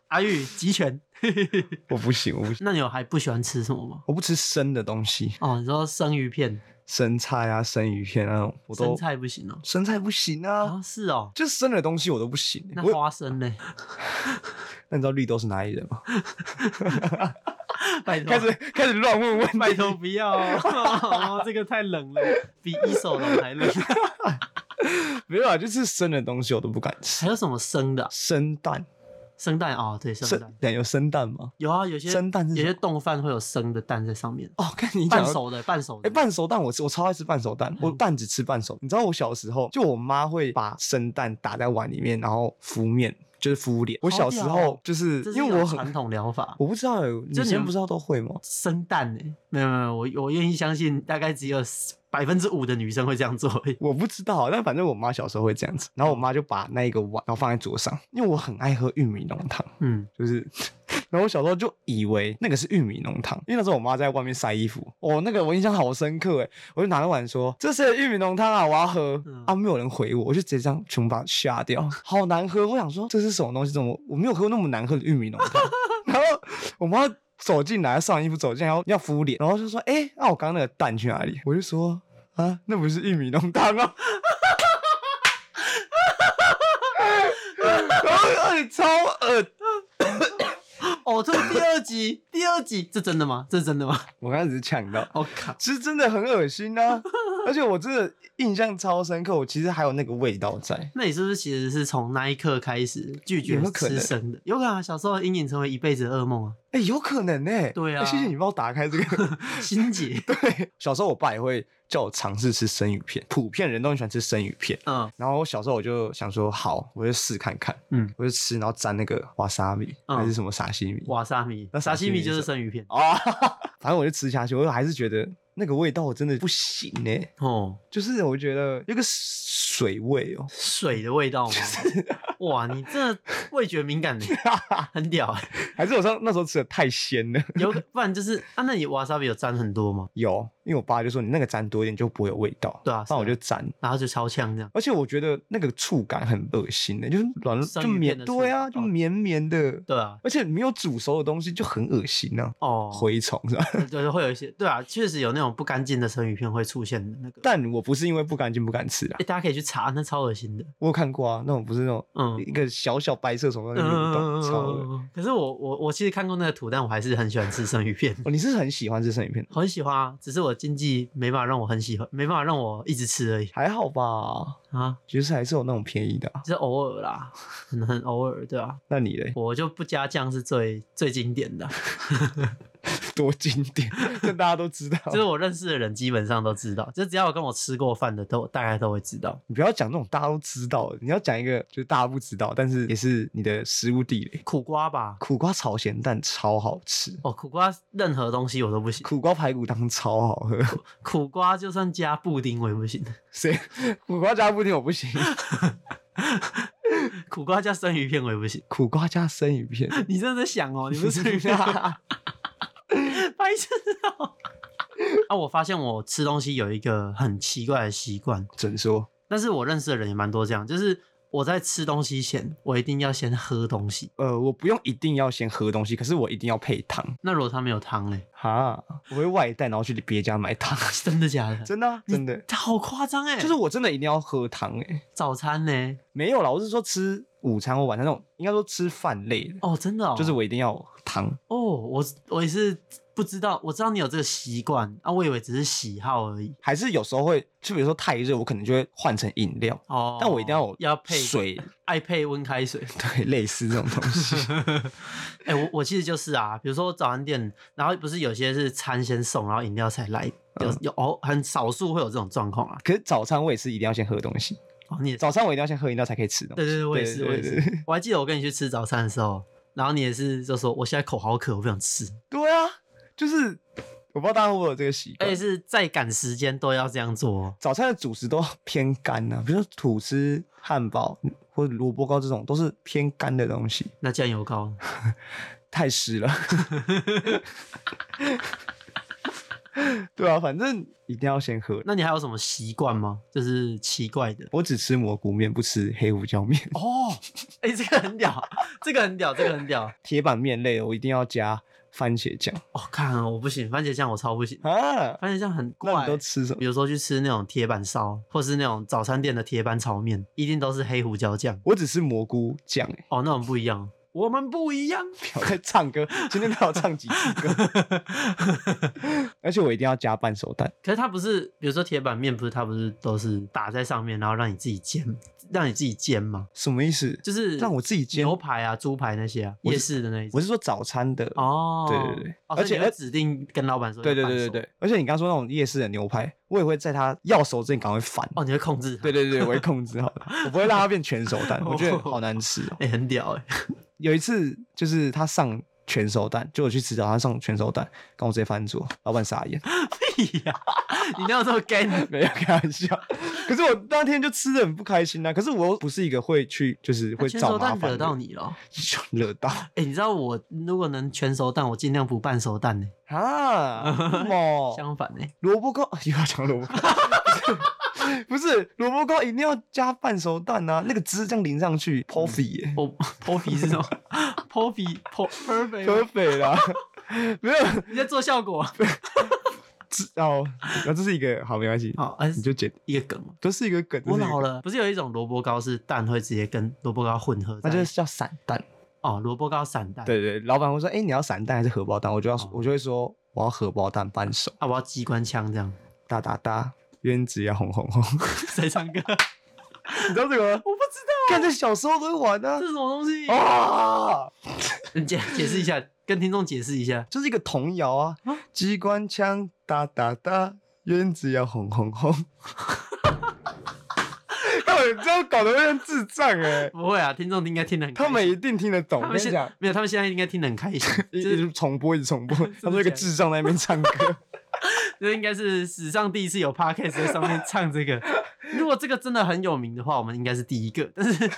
Speaker 1: 阿玉集权，
Speaker 2: 我不行，我不行，
Speaker 1: 那你有还不喜欢吃什么吗？
Speaker 2: 我不吃生的东西，
Speaker 1: 哦，你说生鱼片，
Speaker 2: 生菜啊、生鱼片啊那种，我都
Speaker 1: 生菜不行哦。
Speaker 2: 生菜不行啊，
Speaker 1: 啊，是哦。
Speaker 2: 就生的东西我都不行欸、
Speaker 1: 那
Speaker 2: 我
Speaker 1: 花生呢？
Speaker 2: 那你知道绿豆是哪里人吗？
Speaker 1: 拜托
Speaker 2: 开，始开始 乱问问题，
Speaker 1: 拜托不要哦、 哦，这个太冷了，比一手龙还冷。
Speaker 2: 没有啊，就是生的东西我都不敢吃
Speaker 1: 还。有什么生的啊、
Speaker 2: 生蛋，
Speaker 1: 生蛋哦，对，生
Speaker 2: 生
Speaker 1: 蛋
Speaker 2: 对有生蛋吗？
Speaker 1: 有啊，有些
Speaker 2: 生蛋是
Speaker 1: 有
Speaker 2: 什
Speaker 1: 些
Speaker 2: 么？
Speaker 1: 冻饭会有生的蛋在上面，
Speaker 2: 哦， 看你讲
Speaker 1: 半
Speaker 2: 到
Speaker 1: 熟的，半熟的。
Speaker 2: 哎、半熟蛋我吃，我超爱吃半熟蛋，我
Speaker 1: 嗯
Speaker 2: 蛋只吃半熟。你知道我小时候，就我妈会把生蛋打在碗里面，然后敷面，就是敷脸。我
Speaker 1: 好
Speaker 2: 小时
Speaker 1: 屌
Speaker 2: 候
Speaker 1: 哦
Speaker 2: 就是
Speaker 1: 这是
Speaker 2: 因
Speaker 1: 一
Speaker 2: 为
Speaker 1: 种
Speaker 2: 我
Speaker 1: 传
Speaker 2: 很，
Speaker 1: 统疗法，
Speaker 2: 我不知道、欸，女
Speaker 1: 你
Speaker 2: 生
Speaker 1: 们
Speaker 2: 不知道都会吗？
Speaker 1: 生蛋呢、欸没有没有没有，我我愿意相信，大概只有百分之五的女生会这样做而已。
Speaker 2: 我不知道，但反正我妈小时候会这样子，然后我妈就把那一个碗，然后放在桌上，因为我很爱喝玉米浓汤，
Speaker 1: 嗯，
Speaker 2: 就是， 然后我小时候就以为那个是玉米浓汤，因为那时候我妈在外面晒衣服，哦，那个我印象好深刻哎，我就拿着碗说这是玉米浓汤啊，我要喝、
Speaker 1: 嗯
Speaker 2: 啊，没有人回我，我就直接这样全部把它下掉，好难喝，我想说这是什么东西，怎么我没有喝过那么难喝的玉米浓汤，然后我妈。走进来，上衣服走进来，要要敷脸，然后就说：“哎、那、我刚刚那个蛋去哪里？”我就说：“啊，那不是玉米浓汤啊。” 然后而且超恶
Speaker 1: 呕吐哦第二集， 第二集，这真的吗？这真的吗？
Speaker 2: 我刚才只是呛到，
Speaker 1: 我、靠，
Speaker 2: 是真的很恶心啊！而且我真的印象超深刻，我其实还有那个味道在。
Speaker 1: 那你是不是其实是从那一刻开始拒绝
Speaker 2: 有可能
Speaker 1: 吃生的？有可能啊，小时候的阴影成为一辈子的噩梦啊，
Speaker 2: 哎、有可能呢、
Speaker 1: 对啊
Speaker 2: 哎谢谢你帮我打开 这个。
Speaker 1: 心 结。
Speaker 2: 对，小时候我爸也会叫我尝试吃生鱼片，普遍人都很喜欢吃生鱼片。
Speaker 1: 嗯
Speaker 2: 然后我小时候我就想说，好，我就试看看，
Speaker 1: 嗯，
Speaker 2: 我就吃，然后沾那个瓦沙米、
Speaker 1: 嗯
Speaker 2: 还是什么沙西米
Speaker 1: 瓦萨米，
Speaker 2: 那
Speaker 1: 沙
Speaker 2: 沙
Speaker 1: 西
Speaker 2: 西
Speaker 1: 米
Speaker 2: 米
Speaker 1: 就是是
Speaker 2: 什
Speaker 1: 生鱼片
Speaker 2: 啊， 反正我就吃下去，我还是觉得那个味道我真的不行呢、
Speaker 1: 哦，
Speaker 2: 就是我觉得有个水味哦、
Speaker 1: 水的味道 吗？
Speaker 2: 啊
Speaker 1: 哇，你这味觉敏感的很屌欸，
Speaker 2: 还是我上那时候吃的太鲜了。
Speaker 1: 有可不然就是啊，那你瓦萨比有沾很多吗？
Speaker 2: 有，因为我爸就说你那个沾多一点就不会有味道。
Speaker 1: 对啊是
Speaker 2: 那我
Speaker 1: 啊
Speaker 2: 就沾。
Speaker 1: 然后就超呛这样。
Speaker 2: 而且我觉得那个触感很恶心的、就是软
Speaker 1: 生
Speaker 2: 就
Speaker 1: 鱼片
Speaker 2: 绵
Speaker 1: 的触
Speaker 2: 对啊，
Speaker 1: 感
Speaker 2: 就
Speaker 1: 哦
Speaker 2: 绵绵的，
Speaker 1: 对啊，
Speaker 2: 而且没有煮熟的东西就很恶心啊，
Speaker 1: 哦，
Speaker 2: 蛔虫是吧？
Speaker 1: 对对，会有一些，对啊，确实有那种不干净的生鱼片会出现的那个。
Speaker 2: 但我不是因为不干净不敢吃啊
Speaker 1: 哎、，大家可以去查，那超恶心的。
Speaker 2: 我有看过啊，那种不是那种
Speaker 1: 嗯
Speaker 2: 一个小小白色虫在那边蠕动，超恶
Speaker 1: 嗯，可是我我我其实看过那个图，但我还是很喜欢吃生鱼片，
Speaker 2: 哦，你是很喜欢吃生鱼片的，
Speaker 1: 很喜欢啊。只是我经济没办法让我很喜欢，没办法让我一直吃而已
Speaker 2: 还好吧？
Speaker 1: 啊，
Speaker 2: 就是还是有那种便宜的、啊。
Speaker 1: 就是偶尔啦，很很偶尔，对啊。
Speaker 2: 那你嘞，
Speaker 1: 我就不加酱是最最经典的，
Speaker 2: 多经典，这大家都知道。
Speaker 1: 就是我认识的人基本上都知道，就只要有跟我吃过饭的都大概都会知道。
Speaker 2: 你不要讲那种大家都知道的，你要讲一个就是大家不知道，但是也是你的食物地雷。
Speaker 1: 苦瓜吧，
Speaker 2: 苦瓜炒咸蛋超好吃，
Speaker 1: 哦，苦瓜任何东西我都不行，
Speaker 2: 苦瓜排骨汤超好喝。
Speaker 1: 苦瓜就算加布丁我也不行，
Speaker 2: 谁苦瓜加布丁我不行，
Speaker 1: 苦瓜加生鱼片我也不行。
Speaker 2: 苦瓜加生鱼片，
Speaker 1: 你真的在想 哦，你不是生鱼片， 啊白痴哦。 啊，我发现我吃东西有一个很奇怪的习惯，
Speaker 2: 怎说？
Speaker 1: 但是我认识的人也蛮多这样，就是我在吃东西前，我一定要先喝东西。
Speaker 2: 呃，我不用一定要先喝东西，可是我一定要配汤。
Speaker 1: 那如果他没有汤嘞，
Speaker 2: 哈，我会外带，然后去别家买汤。
Speaker 1: 真的假的？
Speaker 2: 真的、啊，真的，
Speaker 1: 他好夸张哎！
Speaker 2: 就是我真的一定要喝汤诶、
Speaker 1: 早餐呢？
Speaker 2: 没有啦，我是说吃午餐或晚餐那种，应该说吃饭类的，
Speaker 1: 哦，真的哦，
Speaker 2: 就是我一定要有汤。
Speaker 1: 哦，我我也是不知道，我知道你有这个习惯啊，我以为只是喜好而已。
Speaker 2: 还是有时候会，就比如说太热，我可能就会换成饮料，
Speaker 1: 哦，
Speaker 2: 但我一定要有
Speaker 1: 要配，
Speaker 2: 水，
Speaker 1: 爱配温开水。
Speaker 2: 对，类似这种东 西。
Speaker 1: 哎、我我其实就是啊，比如说早餐店，然后不是有些是餐先送，然后
Speaker 2: 嗯
Speaker 1: 饮料才来，有有哦，很少数会有这种状况啊。
Speaker 2: 可是早餐我也是一定要先喝东西，
Speaker 1: 方你也
Speaker 2: 早餐我一定要先喝饮料才可以吃东
Speaker 1: 对
Speaker 2: 西。
Speaker 1: 对对，我也是，我
Speaker 2: 对
Speaker 1: 也
Speaker 2: 对对
Speaker 1: 是。我还记得我跟你去吃早餐的时候，然后你也是就说我现在口好渴，我不想吃。
Speaker 2: 对啊，就是我不知道大家会不会有这个习
Speaker 1: 而
Speaker 2: 惯
Speaker 1: 且。哎是再赶时间都要这样做哦。
Speaker 2: 早餐的主食都偏干呐、啊，比如说吐司、汉堡或者萝卜糕这种，都是偏干的东西，
Speaker 1: 那酱油膏，
Speaker 2: 太湿 了。对啊，反正一定要先喝。
Speaker 1: 那你还有什么习惯吗？就是奇怪的。
Speaker 2: 我只吃蘑菇面，不吃黑胡椒面。
Speaker 1: 哦，哎、这个很屌，这个很屌，这个很屌。
Speaker 2: 铁板面类的我一定要加番茄酱
Speaker 1: 哦，看我不行，番茄酱我超不行，
Speaker 2: 啊。
Speaker 1: 番茄酱很怪、欸
Speaker 2: 那你都吃什么？
Speaker 1: 比如说去吃那种铁板烧，或是那种早餐店的铁板炒面，一定都是黑胡椒酱。
Speaker 2: 我只吃蘑菇酱、欸，
Speaker 1: 哦，那我们不一样，我们不一样。
Speaker 2: 不要再唱歌，今天都要唱几次歌， 而且我一定要加半熟蛋。
Speaker 1: 可是它不是，比如说铁板面，不是它不是都是打在上面，然后让你自己煎，让你自己煎吗？
Speaker 2: 什么意思？
Speaker 1: 就是
Speaker 2: 让我自己煎
Speaker 1: 牛排啊、猪排那些啊，
Speaker 2: 我
Speaker 1: 夜
Speaker 2: 是
Speaker 1: 市的那一
Speaker 2: 我
Speaker 1: 种。
Speaker 2: 是说早餐的，
Speaker 1: 哦，
Speaker 2: 对对对
Speaker 1: 哦
Speaker 2: 而
Speaker 1: 所以
Speaker 2: 且
Speaker 1: 你会指定跟老板说，
Speaker 2: 对对对对。对。而且你刚说那种夜市的牛排，我也会在它要熟之前赶快翻。
Speaker 1: 哦，你会控制它，
Speaker 2: 对对 对，我会控制好的，我不会让它变全熟蛋，我觉得
Speaker 1: 哦
Speaker 2: 好难吃 哦。
Speaker 1: 哎、很屌哎、
Speaker 2: 有一次就是他上全熟蛋，就我去吃早餐上全熟蛋，刚我直接翻桌，老板傻眼，
Speaker 1: 屁呀、你哪有这么 gay？
Speaker 2: 没有开玩笑。可是我那天就吃的很不开心啊，可是我又不是一个会去就是 会
Speaker 1: 全
Speaker 2: 找
Speaker 1: 熟
Speaker 2: 麻
Speaker 1: 蛋
Speaker 2: 烦的
Speaker 1: 惹
Speaker 2: 人
Speaker 1: 到，你了哦。
Speaker 2: 惹 到
Speaker 1: 哎、你知道我如果能全熟蛋，我尽量不半熟蛋呢、
Speaker 2: 啊， 哦，
Speaker 1: 相反呢、
Speaker 2: 萝卜糕 又要讲萝卜糕，不是 萝卜糕一定要加半熟蛋啊，那个汁这样淋上去 p e r f e c 耶、
Speaker 1: 我 Poppy 是什么 ？Poppy po- perfect？吗
Speaker 2: perfect 啦， 没有
Speaker 1: 你在做效果？啊
Speaker 2: 汁哦，那这是一个好没关系，
Speaker 1: 好，哎、
Speaker 2: 你就剪，
Speaker 1: 一个梗嘛。
Speaker 2: 这是一个梗，
Speaker 1: 我
Speaker 2: 这是一
Speaker 1: 老
Speaker 2: 个
Speaker 1: 了，不是有一种萝卜糕是蛋会直接跟萝卜糕混合在
Speaker 2: 那
Speaker 1: 一起？
Speaker 2: 就是叫散蛋。
Speaker 1: 哦，萝卜糕散蛋。
Speaker 2: 对对，老板会说：“哎、你要散蛋还是荷包蛋？”我就要、
Speaker 1: 哦
Speaker 2: 我就会说：“我要荷包蛋半熟。
Speaker 1: 啊，我要机关枪这样。”
Speaker 2: 哒哒哒，鸳鸯要红红红。
Speaker 1: 谁唱歌？我
Speaker 2: 你知道这个吗？
Speaker 1: 不知道
Speaker 2: 看这小时候都会玩啊
Speaker 1: 这。是什么东西。
Speaker 2: 啊，
Speaker 1: 你解解释一下，跟听众解释一下。
Speaker 2: 就是一个童谣啊
Speaker 1: 啊，
Speaker 2: 机关枪哒哒哒，鸳鸯要红红红。 他们这样搞得会像智障哎、
Speaker 1: 不会啊，听众应该听得很开
Speaker 2: 他
Speaker 1: 心。
Speaker 2: 们一定听得懂。
Speaker 1: 他们
Speaker 2: 我跟你
Speaker 1: 现
Speaker 2: 讲，
Speaker 1: 没有，他们现在应该听得很开 心。
Speaker 2: 一一
Speaker 1: 就是
Speaker 2: 直重播，一直重播。他们
Speaker 1: 的
Speaker 2: 一个
Speaker 1: 假的
Speaker 2: 智障在那边唱歌。
Speaker 1: 这应该是史上第一次有 podcast 在上面唱这个。如果这个真的很有名的话，我们应该是第一个。但是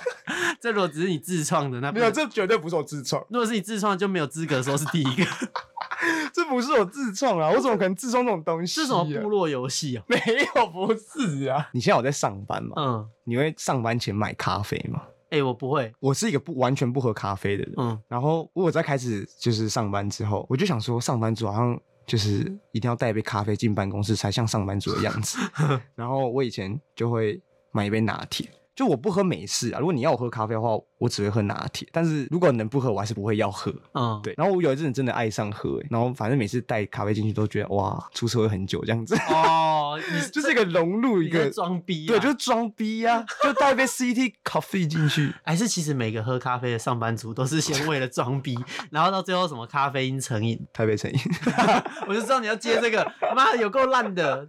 Speaker 1: 这如果只是你自创的，那不
Speaker 2: 没有，这绝对不是我自创。
Speaker 1: 如果是你自创的，就没有资格说是第一个。
Speaker 2: 这不是我自创啊，我怎么可能自创这种东西、啊
Speaker 1: 这是什么部？落游戏啊？
Speaker 2: 没有，不是啊。你现在有在上班吗？
Speaker 1: 嗯，
Speaker 2: 你会上班前买咖啡吗？
Speaker 1: 哎、我不会。
Speaker 2: 我是一个不完全不喝咖啡的人。
Speaker 1: 嗯，
Speaker 2: 然后我在开始就是上班之后，我就想说，上班族好像就是一定要带一杯咖啡进办公室才像上班族的样 子。然后我以前就会买一杯拿铁。就我不喝美式啊，如果你要我喝咖啡的话，我只会喝拿铁。但是如果能不喝，我还是不会要喝。
Speaker 1: 嗯，
Speaker 2: 对，然后我有一阵子真的爱上喝、欸，然后反正每次带咖啡进去都觉得哇，出社会很久这样子，
Speaker 1: 哦，你是
Speaker 2: 就是一个融入一
Speaker 1: 你在
Speaker 2: 个，
Speaker 1: 装逼啊、
Speaker 2: 对，就是装逼呀、就带一杯 CT coffee 进去，
Speaker 1: 还是其实每个喝咖啡的上班族都是先为了装逼，然后到最后什么咖啡因成瘾，
Speaker 2: 台北成瘾。
Speaker 1: 我就知道你要接这个，妈有够烂的。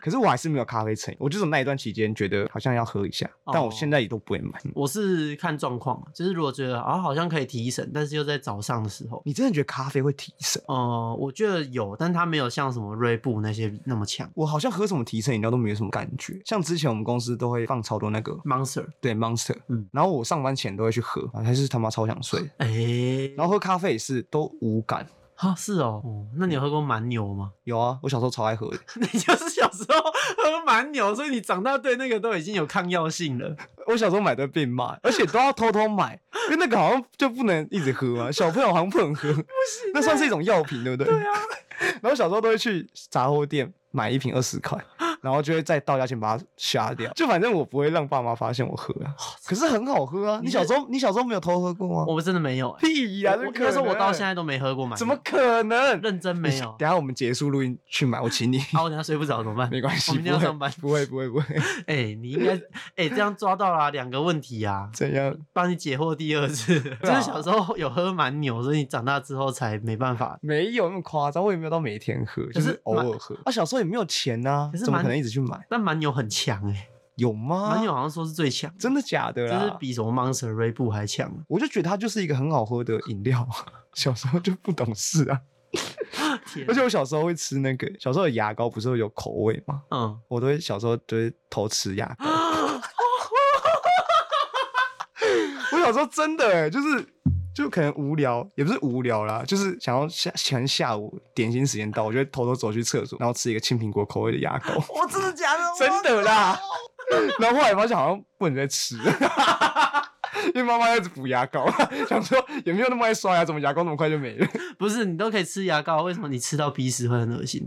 Speaker 2: 可是我还是没有咖啡成瘾，我就是那一段期间觉得好像要喝一下，但我现在也都不会买。
Speaker 1: 我是看状况啊，就是如果觉得啊好像可以提神，但是又在早上的时候，
Speaker 2: 你真的觉得咖啡会提神？
Speaker 1: 呃，我觉得有，但它没有像什么瑞布那些那么强。
Speaker 2: 我好像喝什么提神饮料都没有什么感觉，像之前我们公司都会放超多那个
Speaker 1: Monster，
Speaker 2: 对 Monster，
Speaker 1: 嗯
Speaker 2: 然后我上班前都会去喝，还是他妈超想睡，
Speaker 1: 哎、
Speaker 2: 然后喝咖啡也是都无感。
Speaker 1: 啊是哦，哦，那你有喝过蛮牛吗？
Speaker 2: 有啊，我小时候超爱喝的，
Speaker 1: 你就是小时候喝蛮牛，所以你长大对那个都已经有抗药性了。
Speaker 2: 我小时候买都会被 骂，而且都要偷偷买，因为那个好像就不能一直喝啊，小朋友好 像不能喝，那算是一种药品，对不对？对啊。 然后小时候都会去杂货店买一瓶二十块，然后就会再到家前把它下掉，就反正我不会让爸妈发现我喝啊。可是很好喝啊！你小时候你小时候没有偷喝过吗？
Speaker 1: 我真的没有、欸，
Speaker 2: 屁呀、
Speaker 1: 我
Speaker 2: 这
Speaker 1: 我
Speaker 2: 不可
Speaker 1: 那时候我到
Speaker 2: 能啊
Speaker 1: 现在都没喝过蛮牛，
Speaker 2: 怎么可能？
Speaker 1: 认真没 有？
Speaker 2: 等一下我们结束录音去买，我请你。
Speaker 1: 啊，我等一下睡不着怎么办？
Speaker 2: 没关系，
Speaker 1: 我明天要
Speaker 2: 不会
Speaker 1: 上班
Speaker 2: 不会不会不会，
Speaker 1: 哎、你应该哎、这样抓到了两个问题啊，
Speaker 2: 怎样？
Speaker 1: 帮你解惑第二次。 就是小时候有喝蛮牛，所以你长大之后才没办法。
Speaker 2: 没有那么夸张，我也没有到每天喝，就是是偶尔喝。啊，小时候也没有钱呐、
Speaker 1: 可是
Speaker 2: 怎么
Speaker 1: 蛮
Speaker 2: 可能一直去买？
Speaker 1: 但蛮牛很强哎、
Speaker 2: 有吗？
Speaker 1: 蛮有好像说是最强，
Speaker 2: 真的假的
Speaker 1: 就
Speaker 2: 啦？
Speaker 1: 是比什么 Monster Red Bull 还强。啊
Speaker 2: 我就觉得它就是一个很好喝的饮料 啊，小时候就不懂事啊。
Speaker 1: 天
Speaker 2: 而且我小时候会吃那个，小时候的牙膏不是会有口味吗？
Speaker 1: 嗯，
Speaker 2: 我都会小时候都会偷吃牙膏。我小时候真的哎、就是就可能无聊，也不是无聊啦，就是想要下可能下午点心时间到，我就会偷偷走去厕所，然后吃一个青苹果口味的牙膏，
Speaker 1: 我真的假的？
Speaker 2: 真的啦。 然后后来发现好像不能再吃， 因为妈妈一直补牙膏， 想说也没有那么爱刷牙，怎么牙膏那么快就没了？
Speaker 1: 我不是你都可以吃牙膏，为什么你吃到鼻屎会很恶心？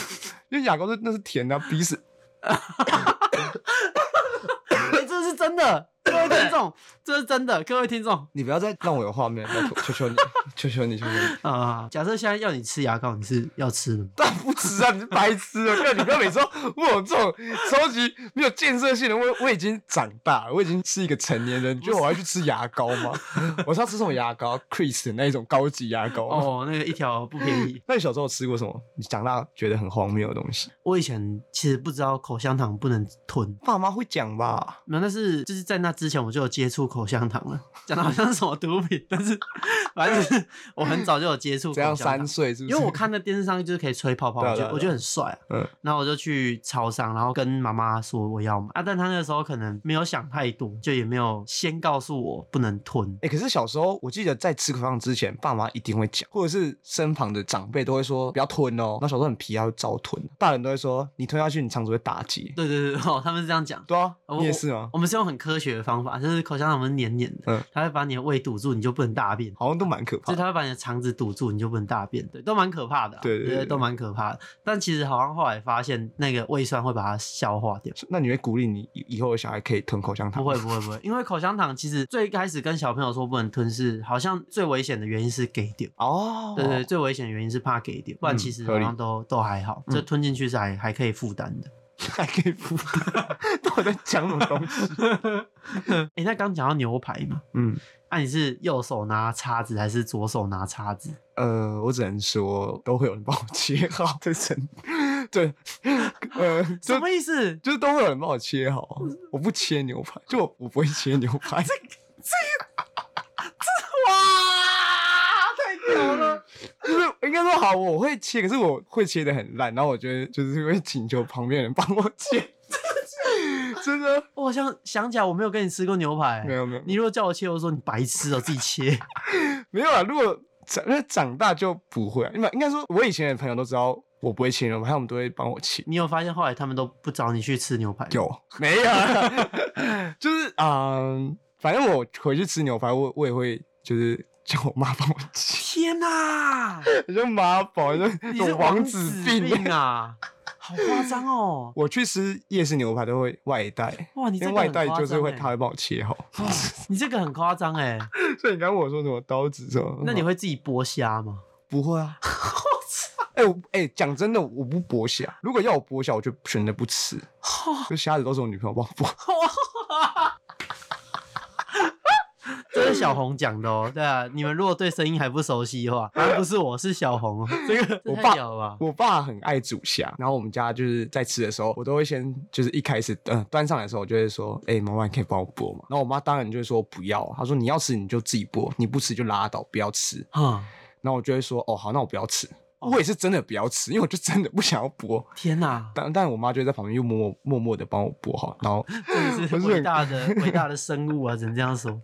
Speaker 2: 因为牙膏是那是甜的、啊，鼻屎
Speaker 1: 哎，这是真的，各位听众，这是真的，各位听众
Speaker 2: 你不要再让我有画面，拜托，求求你，求求你，求求你！
Speaker 1: 啊、假设现在要你吃牙膏，你是要吃的吗？
Speaker 2: 但不吃啊，你是白痴啊！不要，你不要每次都问我这种超级没有建设性的。我我已经长大了，我已经是一个成年人，你觉得我要去吃牙膏吗？我是要吃什么牙膏？Chris 的那一种高级牙膏。哦，
Speaker 1: 哦，那个一条不便宜。
Speaker 2: 那你小时候有吃过什么？你长大觉得很荒谬的东西？
Speaker 1: 我以前其实不知道口香糖不能吞，
Speaker 2: 爸妈会讲吧？
Speaker 1: 没有，但是就是在那之前我就有接触口香糖了，讲的好像是什么毒品，但 是反正就是我很早就有接触
Speaker 2: 这
Speaker 1: 口
Speaker 2: 样
Speaker 1: 香
Speaker 2: 三
Speaker 1: 糖。
Speaker 2: 岁是不是？
Speaker 1: 因为我看那电视上就是可以吹泡泡，
Speaker 2: 对啊
Speaker 1: 我觉
Speaker 2: 对啊
Speaker 1: 得我觉得很帅啊。
Speaker 2: 嗯，
Speaker 1: 然后我就去超商，然后跟妈妈说我要买啊，但她那个时候可能没有想太多，就也没有先告诉我不能吞。
Speaker 2: 哎、可是小时候，我记得在吃口香糖之前，爸妈一定会讲，或者是身旁的长辈都会说不要吞哦。那小时候很皮啊，会照吞。大人都会说你吞下去，你肠子会打结。
Speaker 1: 对对对，哦，他们是这样讲。
Speaker 2: 对啊，
Speaker 1: 我
Speaker 2: 你也是吗？
Speaker 1: 我们是用很科学的方法，就是口香糖我们是黏黏的，
Speaker 2: 嗯
Speaker 1: 它会把你的胃堵住，你就不能大便。
Speaker 2: 好像都蛮可怕
Speaker 1: 就是
Speaker 2: 的。
Speaker 1: 它会把你的肠子堵住，你就不能大便，对，都蛮可怕的、啊，
Speaker 2: 对对对对
Speaker 1: 都蛮可怕的。但其实好像后来发现，那个胃酸会把它消化掉。
Speaker 2: 那你会鼓励你以以后的小孩可以吞口香糖？
Speaker 1: 不会，不会不会，因为口香糖其实最开始跟小朋友说不能吞是，好像最危险的原因是给丢。
Speaker 2: 哦，
Speaker 1: 对对，最危险的原因是怕给丢，不然其实
Speaker 2: 嗯合
Speaker 1: 好
Speaker 2: 理
Speaker 1: 像都、都还好，
Speaker 2: 嗯
Speaker 1: 就吞进去是还还可以负担的。
Speaker 2: 还可以 敷。到底在讲什么
Speaker 1: 嗯
Speaker 2: 东西？
Speaker 1: 哎、那刚讲到牛排嘛，
Speaker 2: 嗯，
Speaker 1: 那、你是右手拿叉子还是左手拿叉子？
Speaker 2: 呃，我只能说都会有人帮我切好，这真 对，呃，
Speaker 1: 什
Speaker 2: 就
Speaker 1: 么意思？
Speaker 2: 就是都会有人帮我切好。我不切牛排，就我我不会切牛 排。
Speaker 1: 哇，太屌了！
Speaker 2: 就是应该说好，我会切，可是我会切的很烂，然后我觉得就是会请求旁边人帮我 切，真的
Speaker 1: 我好像想起来，我没有跟你吃过牛排、
Speaker 2: 没有没有
Speaker 1: 你如果叫我切，我说你白痴哦、自己切。
Speaker 2: 没有啊。如果长因为长大就不会、啊，因为应该说我以前的朋友都知道我不会切牛排，他们都会帮我切。
Speaker 1: 你有发现后来他们都不找你去吃牛排？，
Speaker 2: 有没有啊？ 就是嗯，反正我回去吃牛排，我我也会就是叫我妈帮我 切，
Speaker 1: 天哪、
Speaker 2: 你说妈宝，你
Speaker 1: 你
Speaker 2: 说
Speaker 1: 是
Speaker 2: 有
Speaker 1: 王
Speaker 2: 王
Speaker 1: 子
Speaker 2: 子
Speaker 1: 病
Speaker 2: 病。
Speaker 1: 啊！好夸张哦！
Speaker 2: 我去吃夜市牛排都会外带，
Speaker 1: 哇，你
Speaker 2: 因
Speaker 1: 这
Speaker 2: 为
Speaker 1: 个
Speaker 2: 外
Speaker 1: 很夸
Speaker 2: 带
Speaker 1: 张
Speaker 2: 就是会
Speaker 1: 欸
Speaker 2: 他会帮我切好。
Speaker 1: 哦你这个很夸张哎。
Speaker 2: 所以你刚刚问我说什么刀子什么？
Speaker 1: 那你会自己剥虾吗？
Speaker 2: 不会啊？哎、我哎，讲、真的，我不剥虾。如果要我剥虾，我就选择不吃。就虾子都是我女朋友帮我剥。
Speaker 1: 这是小红讲的哦，对啊，你们如果对声音还不熟悉的话，反正不是我是小红哦，这个
Speaker 2: 我
Speaker 1: 这太
Speaker 2: 爸
Speaker 1: 屌了吧？
Speaker 2: 我爸很爱煮虾，然后我们家就是在吃的时候，我都会先就是一开始呃端上来的时候，我就会说：“哎、妈妈，你可以帮我剥吗？”然后我妈当然就会说：“不要。”她说：“你要吃你就自己剥，你不吃就拉倒，不要吃。
Speaker 1: 啊，”
Speaker 2: 然后我就会说：“哦，好，那我不要吃。”
Speaker 1: 哦
Speaker 2: 我也是真的不要吃，因为我就真的不想要剥。
Speaker 1: 天哪，
Speaker 2: 但但我妈就在旁边又默默默默的帮我剥好，然后
Speaker 1: 真的是
Speaker 2: 不是
Speaker 1: 伟
Speaker 2: 很
Speaker 1: 大的伟大的生物啊，只能这样说。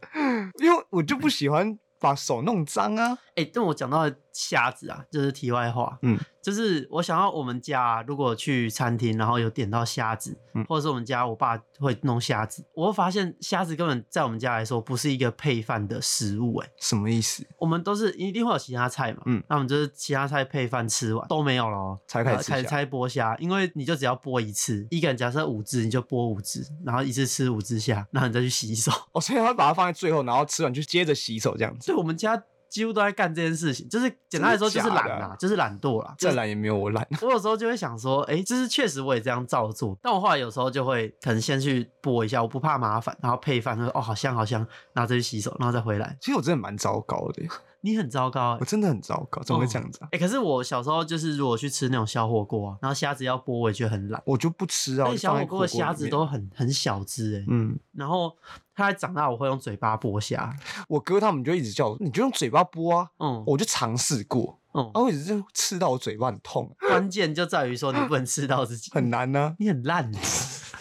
Speaker 2: 因为我就不喜欢把手弄脏啊。
Speaker 1: 哎、但我讲到虾子啊，就是题外话，
Speaker 2: 嗯，
Speaker 1: 就是我想要我们家、如果去餐厅，然后有点到虾子，
Speaker 2: 嗯
Speaker 1: 或者是我们家我爸会弄虾子，我会发现虾子根本在我们家来说不是一个配饭的食物、哎，
Speaker 2: 什么意思？
Speaker 1: 我们都是一定会有其他菜嘛，
Speaker 2: 嗯，
Speaker 1: 那我们就是其他菜配饭吃完都没有了哦，
Speaker 2: 才开始
Speaker 1: 呃
Speaker 2: 吃
Speaker 1: 才
Speaker 2: 虾
Speaker 1: 才剥虾，因为你就只要剥一次，一个人假设五只，你就剥五只，然后一次吃五只虾，然后你再去洗手。
Speaker 2: 哦，所以他会把它放在最后，然后吃完就接着洗手这样子。
Speaker 1: 所以我们家几乎都在干这件事情，就是简单来说就是
Speaker 2: 真的
Speaker 1: 懒
Speaker 2: 假的
Speaker 1: 啦、就是懒惰啦。
Speaker 2: 再懒也没有我懒。
Speaker 1: 我有时候就会想说，哎、就是确实我也这样照做，但我后来有时候就会可能先去剥一下，我不怕麻烦，然后配饭，就说哦好香好香，然后再去洗手，然后再回来。
Speaker 2: 其实我真的蛮糟糕的耶，
Speaker 1: 你很糟糕、欸
Speaker 2: 我。真的很糟糕，怎么会这样子啊？
Speaker 1: 哎、可是我小时候就是，如果去吃那种小火锅啊，然后虾子要剥，我也觉得很懒。
Speaker 2: 我就不吃啊，
Speaker 1: 而
Speaker 2: 我
Speaker 1: 且
Speaker 2: 就
Speaker 1: 小
Speaker 2: 放在
Speaker 1: 火锅的
Speaker 2: 里
Speaker 1: 虾子
Speaker 2: 面
Speaker 1: 都很很小只哎、
Speaker 2: 嗯，
Speaker 1: 然后它长大我会用嘴巴剥虾，
Speaker 2: 我哥他们就一直叫我，你就用嘴巴剥啊，
Speaker 1: 嗯
Speaker 2: 我就尝试过，
Speaker 1: 嗯
Speaker 2: 然，后一直就吃到我嘴巴很痛，
Speaker 1: 关键就在于说你不能吃到自己，
Speaker 2: 很难呢、
Speaker 1: 你很烂，欸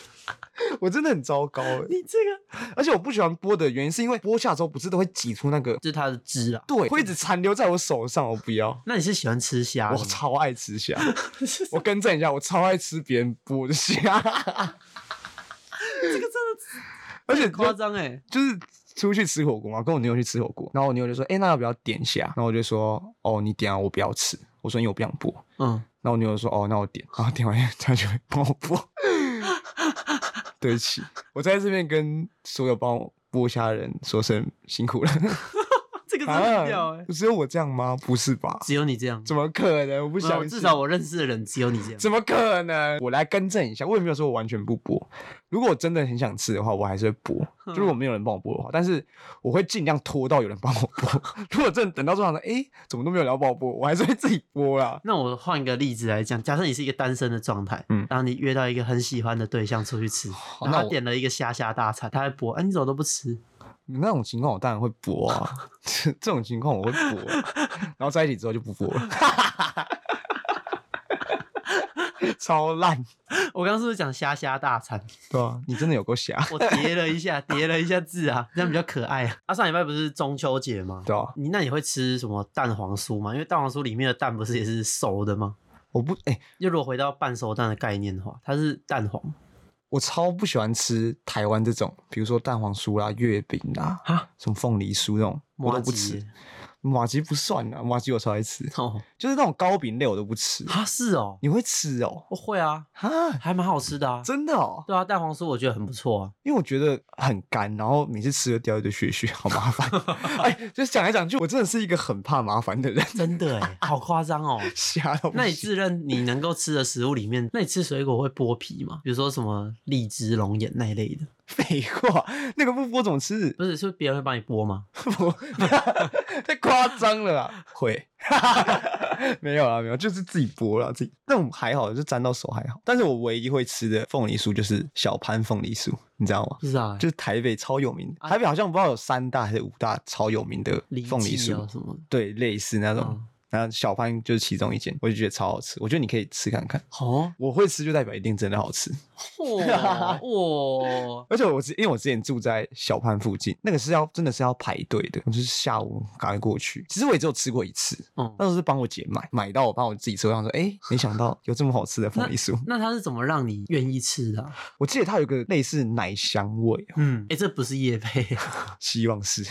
Speaker 2: 我真的很糟糕欸，
Speaker 1: 你这个
Speaker 2: 而且我不喜欢剥的原因是因为剥下之后不是都会挤出那个，
Speaker 1: 就是它的汁啊。
Speaker 2: 对，会一直残留在我手上，我不要。
Speaker 1: 那你是喜欢吃虾
Speaker 2: 我
Speaker 1: 的吗？
Speaker 2: 超爱吃虾， 我更正一下，我超爱吃别人剥的虾，
Speaker 1: 这个真的
Speaker 2: 而且
Speaker 1: 很夸
Speaker 2: 就
Speaker 1: 张哎，
Speaker 2: 就是出去吃火锅嘛，跟我女友去吃火锅，然后我女友就说：“哎、那要不要点虾？”然后我就说：“哦，你点啊，我不要吃。”我说：“因为我不想剥。”
Speaker 1: 嗯，
Speaker 2: 然后我女友说：“哦，那我点。”然后点完她就会帮我剥。 对不起，我在这边跟所有帮我剥虾的人说声辛 苦了。
Speaker 1: 这个真的很屌
Speaker 2: 啊
Speaker 1: 哎，，
Speaker 2: 只有我这样吗？不是吧？
Speaker 1: 只有你这样，
Speaker 2: 怎么可能？我不
Speaker 1: 没有
Speaker 2: 相信。
Speaker 1: 至少我认识的人只有你这样。
Speaker 2: 怎么可能？我来更正一下，我也没有说我完全不播。如果我真的很想吃的话，我还是会播。
Speaker 1: 嗯
Speaker 2: 就如果没有人帮我播的话，但是我会尽量拖到有人帮我播。 如果真的等到桌上了，哎、怎么都没有人要帮我播，我还是会自己播啦。
Speaker 1: 那我换一个例子来讲，假设你是一个单身的状态，
Speaker 2: 嗯哦
Speaker 1: 然后你约到一个很喜欢的对象出去吃，然
Speaker 2: 那
Speaker 1: 后他
Speaker 2: 我
Speaker 1: 点了一个虾虾大餐，他还播，哎、你怎么都不吃？
Speaker 2: 那种情况我当然会播啊， 这这种情况我会播啊、然后在一起之后就不播了， 超烂，
Speaker 1: 我刚刚是不是讲虾虾大餐？
Speaker 2: 对啊，你真的有够瞎，
Speaker 1: 我叠了一下，叠了一下字啊， 这样比较可爱啊。啊，上礼拜不是中秋节吗？
Speaker 2: 对啊，
Speaker 1: 你那你会吃什么蛋黄酥吗？因为蛋黄酥里面的蛋不是也是熟的吗？
Speaker 2: 我不哎、
Speaker 1: 又如果回到半熟蛋的概念的话，它是蛋黄
Speaker 2: 我超不喜欢吃台湾这种，比如说蛋黄酥啦、月饼啦、
Speaker 1: 哈
Speaker 2: 什么凤梨酥那种，我
Speaker 1: 麻
Speaker 2: 都不
Speaker 1: 吉
Speaker 2: 吃
Speaker 1: 耶。
Speaker 2: 马吉不算啊，马吉我超爱吃，
Speaker 1: 哦，
Speaker 2: 就是那种糕饼类我都不吃。
Speaker 1: 啊是哦，
Speaker 2: 你会吃哦？
Speaker 1: 我会啊，
Speaker 2: 哈，
Speaker 1: 还蛮好吃的啊。
Speaker 2: 真的哦？
Speaker 1: 对啊，蛋黄酥我觉得很不错啊。
Speaker 2: 因为我觉得很干，然后每次吃就掉一堆屑屑，好麻烦。 哎，就是讲来讲去，我真的是一个很怕麻烦的人，
Speaker 1: 真的哎，好夸张 哦！
Speaker 2: 瞎到不
Speaker 1: 那你
Speaker 2: 行
Speaker 1: 自认你能够吃的食物里面，那你吃水果会剥皮吗？比如说什么荔枝、龙眼那一类的，
Speaker 2: 废话，那个不播怎么吃？
Speaker 1: 不是？是不是别人会帮你剥吗？
Speaker 2: 不，太夸张了啦！会， 没有啦，没有，就是自己剥啦，自己。那种还好，就沾到手还好。但是我唯一会吃的凤梨酥就是小潘凤梨酥，你知道吗？
Speaker 1: 不知道欸，
Speaker 2: 就是台北超有名，
Speaker 1: 啊
Speaker 2: 台北好像不知道有三大还是五大超有名的
Speaker 1: 梨
Speaker 2: 凤梨
Speaker 1: 记啊
Speaker 2: 酥，
Speaker 1: 什么的，
Speaker 2: 对，类似那种
Speaker 1: 嗯。
Speaker 2: 然后小潘就是其中一间，我就觉得超好吃。我觉得你可以吃看看，
Speaker 1: 哦，
Speaker 2: 我会吃就代表一定真的好吃。
Speaker 1: 哦，
Speaker 2: 而且我之因为我之前住在小潘附近，那个是要真的是要排队的，我就是下午赶快过去。其实我也只有吃过一次，
Speaker 1: 哦，
Speaker 2: 那时候是帮我姐买，买到我帮我自己车上说，哎、没想到有这么好吃的凤梨酥。
Speaker 1: 那它是怎么让你愿意吃的啊、
Speaker 2: 我记得它有一个类似奶香味，哦
Speaker 1: 嗯，哎、这不是叶配。啊
Speaker 2: 希望 是，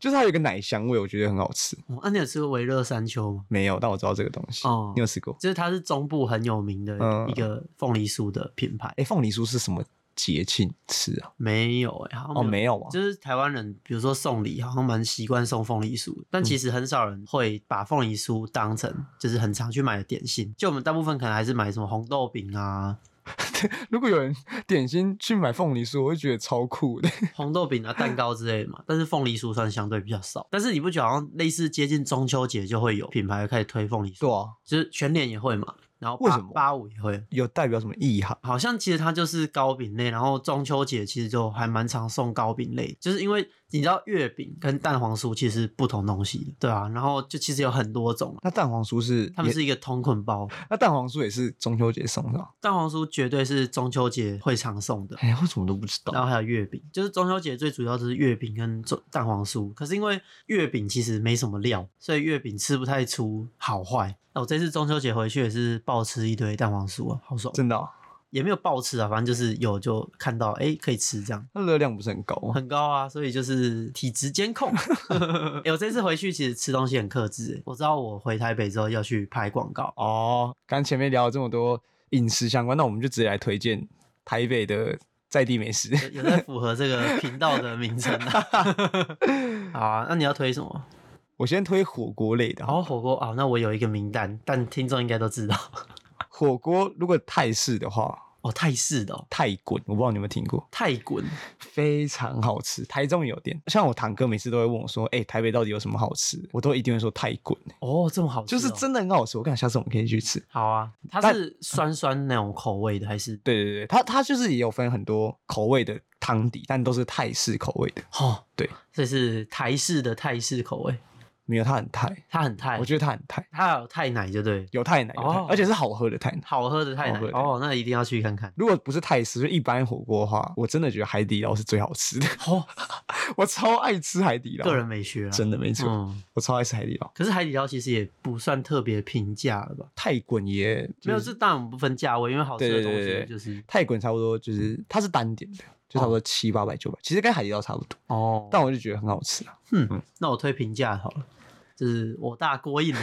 Speaker 2: 就是它有一个奶香味，我觉得很好吃。
Speaker 1: 哦，啊，你有吃过维热山丘吗？
Speaker 2: 没有，但我知道这个东西。
Speaker 1: 哦
Speaker 2: 你有吃过？
Speaker 1: 就是它是中部很有名的
Speaker 2: 嗯
Speaker 1: 一个凤梨酥的品牌。
Speaker 2: 哎、凤梨酥是什么节庆吃啊？
Speaker 1: 没有哎、好像
Speaker 2: 哦，没有啊。
Speaker 1: 就是台湾人，比如说送礼，好像蛮习惯送凤梨酥，但
Speaker 2: 嗯
Speaker 1: 其实很少人会把凤梨酥当成就是很常去买的点心。就我们大部分可能还是买什么红豆饼 啊、
Speaker 2: 如果有人点心去买凤梨酥，我会觉得超酷的。
Speaker 1: 红豆饼啊、蛋糕之类的嘛。但是凤梨酥算相对比较少。但是你不觉得好像类似接近中秋节就会有品牌开始推凤梨酥，
Speaker 2: 对啊，
Speaker 1: 就是全年也会嘛，然后
Speaker 2: 为
Speaker 1: 八
Speaker 2: 什么
Speaker 1: 八五也会。
Speaker 2: 有代表什么意涵？
Speaker 1: 好像其实它就是糕饼类，然后中秋节其实就还蛮常送糕饼类，就是因为你知道月饼跟蛋黄酥其实是不同东西的，对啊，然后就其实有很多种，啊
Speaker 2: 那蛋黄酥是
Speaker 1: 他们
Speaker 2: 也
Speaker 1: 是一个同捆包，
Speaker 2: 那蛋黄酥也是中秋节送的啊、
Speaker 1: 蛋黄酥绝对是中秋节会常送的，
Speaker 2: 哎、我怎么都不知
Speaker 1: 然
Speaker 2: 道。
Speaker 1: 后还有月饼，就是中秋节最主要就是月饼跟中蛋黄酥，可是因为月饼其实没什么料，所以月饼吃不太出好坏。那我这次中秋节回去也是暴吃一堆蛋黄酥啊，好爽，
Speaker 2: 真的、啊，
Speaker 1: 也没有暴吃啊，反正就是有就看到哎、诶可以吃这样。
Speaker 2: 那热量不是很高吗？
Speaker 1: 很高啊，所以就是体质监 控。欸我这次回去其实吃东西很克制欸，我知道我回台北之后要去拍广告，
Speaker 2: 哦，刚前面聊了这么多饮食相关，那我们就直接来推荐台北的在地美食。
Speaker 1: 有有在符合这个频道的名称啊。 好啊，那你要推什么？
Speaker 2: 我先推火锅类的
Speaker 1: 然
Speaker 2: 哈，
Speaker 1: 后火锅哦啊，那我有一个名单，但听众应该都知道。
Speaker 2: 火锅如果泰式的话，
Speaker 1: 哦，泰式的、哦、
Speaker 2: 泰滚，我不知道你有没有听过，
Speaker 1: 泰滚，
Speaker 2: 非常好吃。台中有店，像我堂哥每次都会问我说：“哎、台北到底有什么好吃？”我都一定会说泰滚，
Speaker 1: 哦，这么好吃
Speaker 2: 就
Speaker 1: 哦、
Speaker 2: 是真的很好吃。我看下次我们可以去吃。
Speaker 1: 好啊。它是酸酸那种口味的，还是
Speaker 2: 对对对，它它就是也有分很多口味的汤底，但都是泰式口味的。
Speaker 1: 哦？
Speaker 2: 对，
Speaker 1: 这是台式的泰式口味，
Speaker 2: 没有，它很泰，
Speaker 1: 它很泰，
Speaker 2: 我觉得它很泰，
Speaker 1: 它有泰奶就对，
Speaker 2: 有泰奶，有泰奶
Speaker 1: 哦
Speaker 2: 而且是好喝的泰奶。
Speaker 1: 好喝的泰奶
Speaker 2: 好喝的
Speaker 1: 哦，那一定要去看看。
Speaker 2: 如果不是泰式，就一般火锅的话，我真的觉得海底捞是最好吃的。
Speaker 1: 哦，
Speaker 2: 我超爱吃海底捞，
Speaker 1: 个人美学啊，
Speaker 2: 真的没错，
Speaker 1: 嗯，
Speaker 2: 我超爱吃海底捞。
Speaker 1: 可是海底捞其实也不算特别平价了吧？
Speaker 2: 泰滚也、就是
Speaker 1: 没有，这当然我们不分价位，因为好吃的
Speaker 2: 对对
Speaker 1: 东
Speaker 2: 对
Speaker 1: 西
Speaker 2: 对
Speaker 1: 就是
Speaker 2: 泰滚差不多就是它是单点的，就差不多七八百九百，其实跟海底捞差不多，
Speaker 1: 哦。
Speaker 2: 但我就觉得很好吃啊。
Speaker 1: 嗯，那我推平价好了，就是我大锅硬的，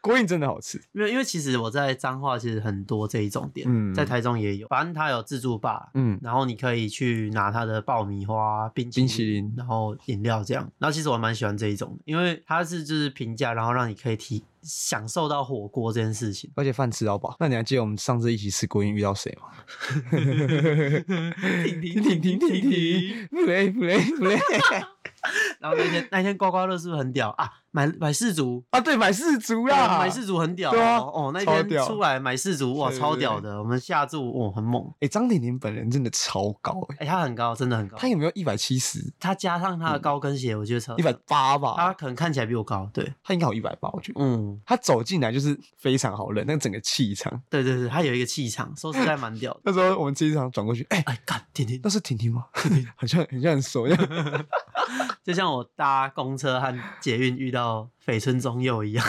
Speaker 2: 锅印真的好吃，
Speaker 1: 因为因为其实我在彰化其实很多这一种店，
Speaker 2: 嗯
Speaker 1: 在台中也有，反正它有自助吧。
Speaker 2: 嗯，
Speaker 1: 然后你可以去拿它的爆米花、冰淇
Speaker 2: 冰淇淋
Speaker 1: 然后饮料这样。然后其实我还蛮喜欢这一种的，因为它是就是平价，然后让你可以体享受到火锅这件事情。
Speaker 2: 而且饭吃到饱。那你还记得我们上次一起吃锅印遇到谁吗？
Speaker 1: 停停
Speaker 2: 停停停停停，不累不累不累
Speaker 1: 然后那天那天刮刮乐是不是很屌啊？买买四足，
Speaker 2: 啊！对，买四足啦，
Speaker 1: 买四足很屌、哦，
Speaker 2: 对啊
Speaker 1: 哦，那
Speaker 2: 超
Speaker 1: 天
Speaker 2: 屌
Speaker 1: 出来买四足，哇，
Speaker 2: 对对
Speaker 1: 超
Speaker 2: 对
Speaker 1: 屌的。我们下注，哇，很猛，
Speaker 2: 哎、张婷婷本人真的超高哎、
Speaker 1: 哎、它很高，真的很高。
Speaker 2: 她有没有一百七十、
Speaker 1: 它加上它的高跟鞋，我觉得超
Speaker 2: 一百八
Speaker 1: 他
Speaker 2: 吧？
Speaker 1: 可能看起来比我高，对，
Speaker 2: 她应该有一百八，我觉得。
Speaker 1: 嗯，
Speaker 2: 她走进来就是非常好认，那整个气场。
Speaker 1: 对对对，他有一个气场，说实在蛮屌的。
Speaker 2: 那时候我们气场转过去，哎、
Speaker 1: 哎，干天天，
Speaker 2: 那是婷婷吗？ 很像很像很熟一样。
Speaker 1: 就像我搭公车和捷运遇到绯村中佑一样，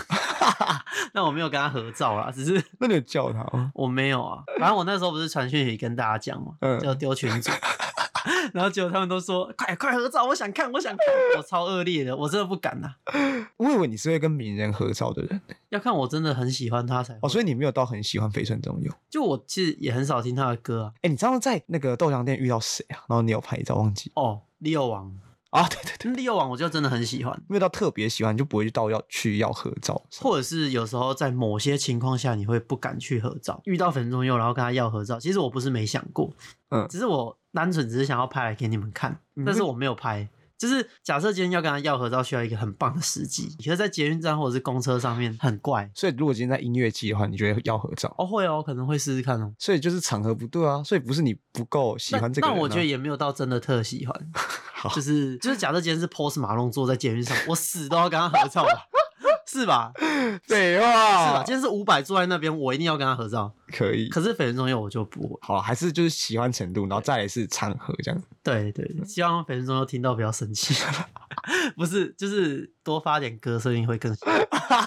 Speaker 1: 那我没有跟他合照啦，只是
Speaker 2: 那你有叫她吗？
Speaker 1: 我没有啊。反正我那时候不是传讯息跟大家讲嘛，
Speaker 2: 嗯
Speaker 1: 就丢群组， 然后结果他们都说快快合照，我想看，我想看，我超恶劣的，我真的不敢呐、
Speaker 2: 我以为你是会跟名人合照的人
Speaker 1: 要看我真的很喜欢他才会
Speaker 2: 哦，所以你没有到很喜欢绯村中佑。
Speaker 1: 就我其实也很少听他的歌啊。
Speaker 2: 哎、你上次在那个豆浆店遇到谁啊？然后你有拍照忘记
Speaker 1: 哦，利友王，
Speaker 2: 啊？ 对对对，
Speaker 1: 利友王我就真的很喜欢。
Speaker 2: 没有到特别喜欢，你就不会到要去要合照。
Speaker 1: 或者是有时候在某些情况下，你会不敢去合照，遇到粉中佑，然后跟他要合照。其实我不是没想过，
Speaker 2: 嗯
Speaker 1: 只是我单纯只是想要拍来给你们看
Speaker 2: 嗯，
Speaker 1: 但是我没有拍。就是假设今天要跟他要合照，需要一个很棒的时机，可是，在捷运站或者是公车上面很怪。
Speaker 2: 所以如果今天在音乐季的话，你觉得要合照？
Speaker 1: 哦，会哦，可能会试试看哦。
Speaker 2: 所以就是场合不对啊，所以不是你不够喜欢这
Speaker 1: 那
Speaker 2: 个人、啊
Speaker 1: 那我觉得也没有到真的特喜欢，
Speaker 2: 好
Speaker 1: 就是就是假设今天是 Post 马龙坐在捷运上，我死都要跟他合照吧， 是吧？
Speaker 2: 废
Speaker 1: 是
Speaker 2: 话，
Speaker 1: 吧？今天是五百坐在那边，我一定要跟他合照。
Speaker 2: 可以。
Speaker 1: 可是绯闻中佑我就不会。
Speaker 2: 好啊，还是就是喜欢程度，然后再来是场合这样。
Speaker 1: 对对，对希望粉丝中都听到不要生气， 不是，就是多发点歌，所以你会 更喜欢。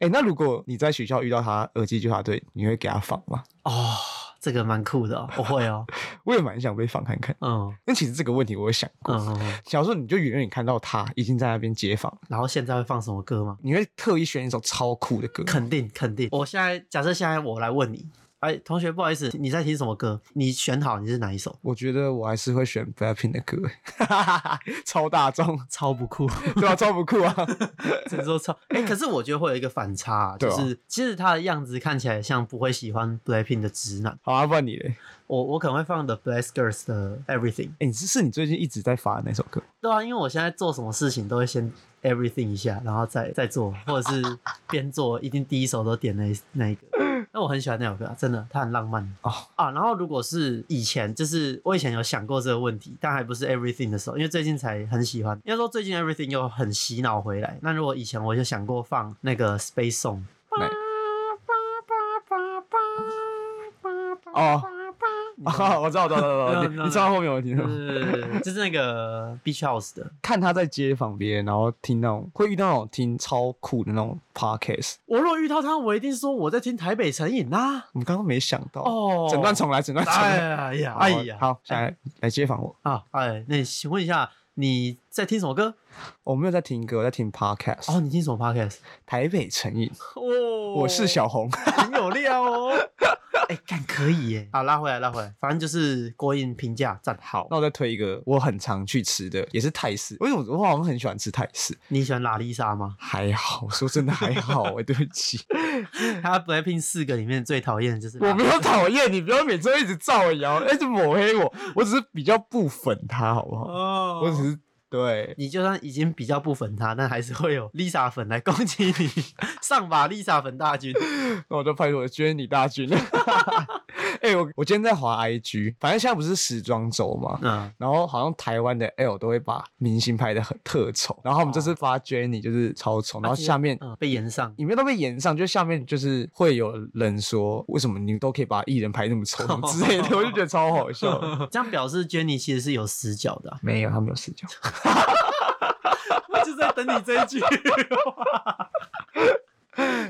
Speaker 2: 哎、那如果你在学校遇到他耳机纠察队，你会给他仿吗？
Speaker 1: 哦，这个蛮酷的、哦，我会 哦，
Speaker 2: 我也蛮想被仿看看。
Speaker 1: 嗯
Speaker 2: 那其实这个问题我有想过，
Speaker 1: 嗯嗯，嗯
Speaker 2: 小时候你就远远看到他已经在那边解访，
Speaker 1: 然后现在会放什么歌吗？
Speaker 2: 你会特意选一首超酷的歌。
Speaker 1: 肯定肯定，我现在假设现在我来问你，哎，同学，不好意思，你在听什么歌？你选好你是哪一首？
Speaker 2: 我觉得我还是会选 Blackpink 的歌， 超大众，
Speaker 1: 超不 酷，
Speaker 2: 对吧、超不酷啊！
Speaker 1: 这说超哎、可是我觉得会有一个反 差，
Speaker 2: 对
Speaker 1: 就
Speaker 2: 啊
Speaker 1: 是其实他的样子看起来像不会喜欢 BLACKPINK 的直男，
Speaker 2: 好啊，不然你嘞？
Speaker 1: 我我可能会放 The Black Girls 的 Everything。
Speaker 2: 哎、你是是你最近一直在发的那首歌？
Speaker 1: 对啊，因为我现在做什么事情都会先 everything 一下，然后再再做，或者是边做，一定第一首都点那一那一个。那我很喜欢那首歌啊、真的，它很浪漫
Speaker 2: 哦
Speaker 1: 啊。然后如果是以前，就是我以前有想过这个问题，但还不是 everything 的时候，因为最近才很喜欢。应该说最近 everything 又很洗脑回来。那如果以前我就想过放那个 space song，
Speaker 2: 哪
Speaker 3: 哦，
Speaker 2: 啊，我知道，我知道，我知道，
Speaker 1: 对啊
Speaker 2: 你
Speaker 1: 对啊
Speaker 2: 你知道后面有听到？
Speaker 1: 呃， 就是那个 beach house 的，
Speaker 2: 看他在街访别人，然后听那种会遇到那种听超酷的那种 podcast，
Speaker 1: 我如果遇到他，我一定说我在听台北成瘾啦、
Speaker 2: 我们刚刚没想到。
Speaker 1: 哦，
Speaker 2: 整段重来，整段重来。
Speaker 1: 哎呀，
Speaker 2: 好
Speaker 1: 哎呀，
Speaker 2: 好，下来来街访我。
Speaker 1: 啊，哎，那请问一下，你在听什么歌？
Speaker 2: 我没有在听歌，我在听 podcast。
Speaker 1: 哦，你听什么 podcast？
Speaker 2: 台北成瘾，
Speaker 1: 哦
Speaker 2: 我是小红。
Speaker 1: 很有料哦。哎、干可以耶！好，拉回来，拉回来，反正就是郭印评价赞好
Speaker 2: 那。我再推一个我很常去吃的，也是泰式。为什么我好像很喜欢吃泰式？
Speaker 1: 你喜欢拉丽莎 吗？
Speaker 2: 还好，说真的还好、哎，对不起，
Speaker 1: 他 Blackpink 四个里面最讨厌的就是
Speaker 2: 我
Speaker 1: 拉
Speaker 2: 没有讨厌你，不要每周一直造谣，一直抹黑我，我只是比较不粉他，好不好？
Speaker 1: 哦
Speaker 2: 我只是对，
Speaker 1: 你就算已经比较不粉他，但还是会有 Lisa 粉来攻击你， 上吧 Lisa 粉大军。
Speaker 2: 那我就派出我的捐你大军。 哎、我我今天在滑 IG，反正现在不是时装周嘛。
Speaker 1: 嗯，
Speaker 2: 然后好像台湾的 L 都会把明星拍的很特丑，然后我们这次发 Jenny 就是超丑，然后下面
Speaker 1: 嗯被延上，
Speaker 2: 里面都被演上，就下面就是会有人说，为什么你都可以把艺人拍那么丑什么之类 的，我就觉得超好笑的。
Speaker 1: 这样表示 Jenny 其实是有死角的啊、
Speaker 2: 没有，他没有视角。
Speaker 1: 我 就在等你这一句。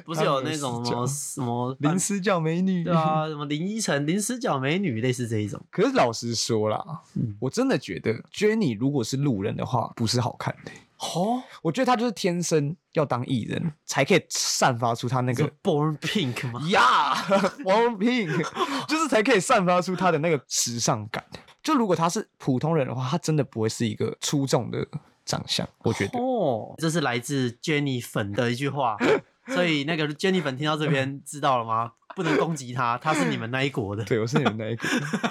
Speaker 1: 不是有那种什么什么
Speaker 2: 零死角美女。
Speaker 1: 对啊，什么林依晨、林死角美女，类似这一种。
Speaker 2: 可是老实说啦，
Speaker 1: 嗯
Speaker 2: 我真的觉得 Jenny 如果是路人的话，不是好看的。
Speaker 1: 哦，
Speaker 2: 我觉得她就是天生要当艺人，才可以散发出她那
Speaker 1: 是
Speaker 2: 个
Speaker 1: Born Pink 吗？
Speaker 2: 呀， 王品，就是才可以散发出她的那个时尚感。就如果她是普通人的话，她真的不会是一个出众的长相，我觉 得。
Speaker 1: 哦，这是来自 Jenny 粉的一句话，所以那个 Jenny 粉听到这边知道了吗？不能攻击他，他是你们那一国的。
Speaker 2: 对，我是你们那一个。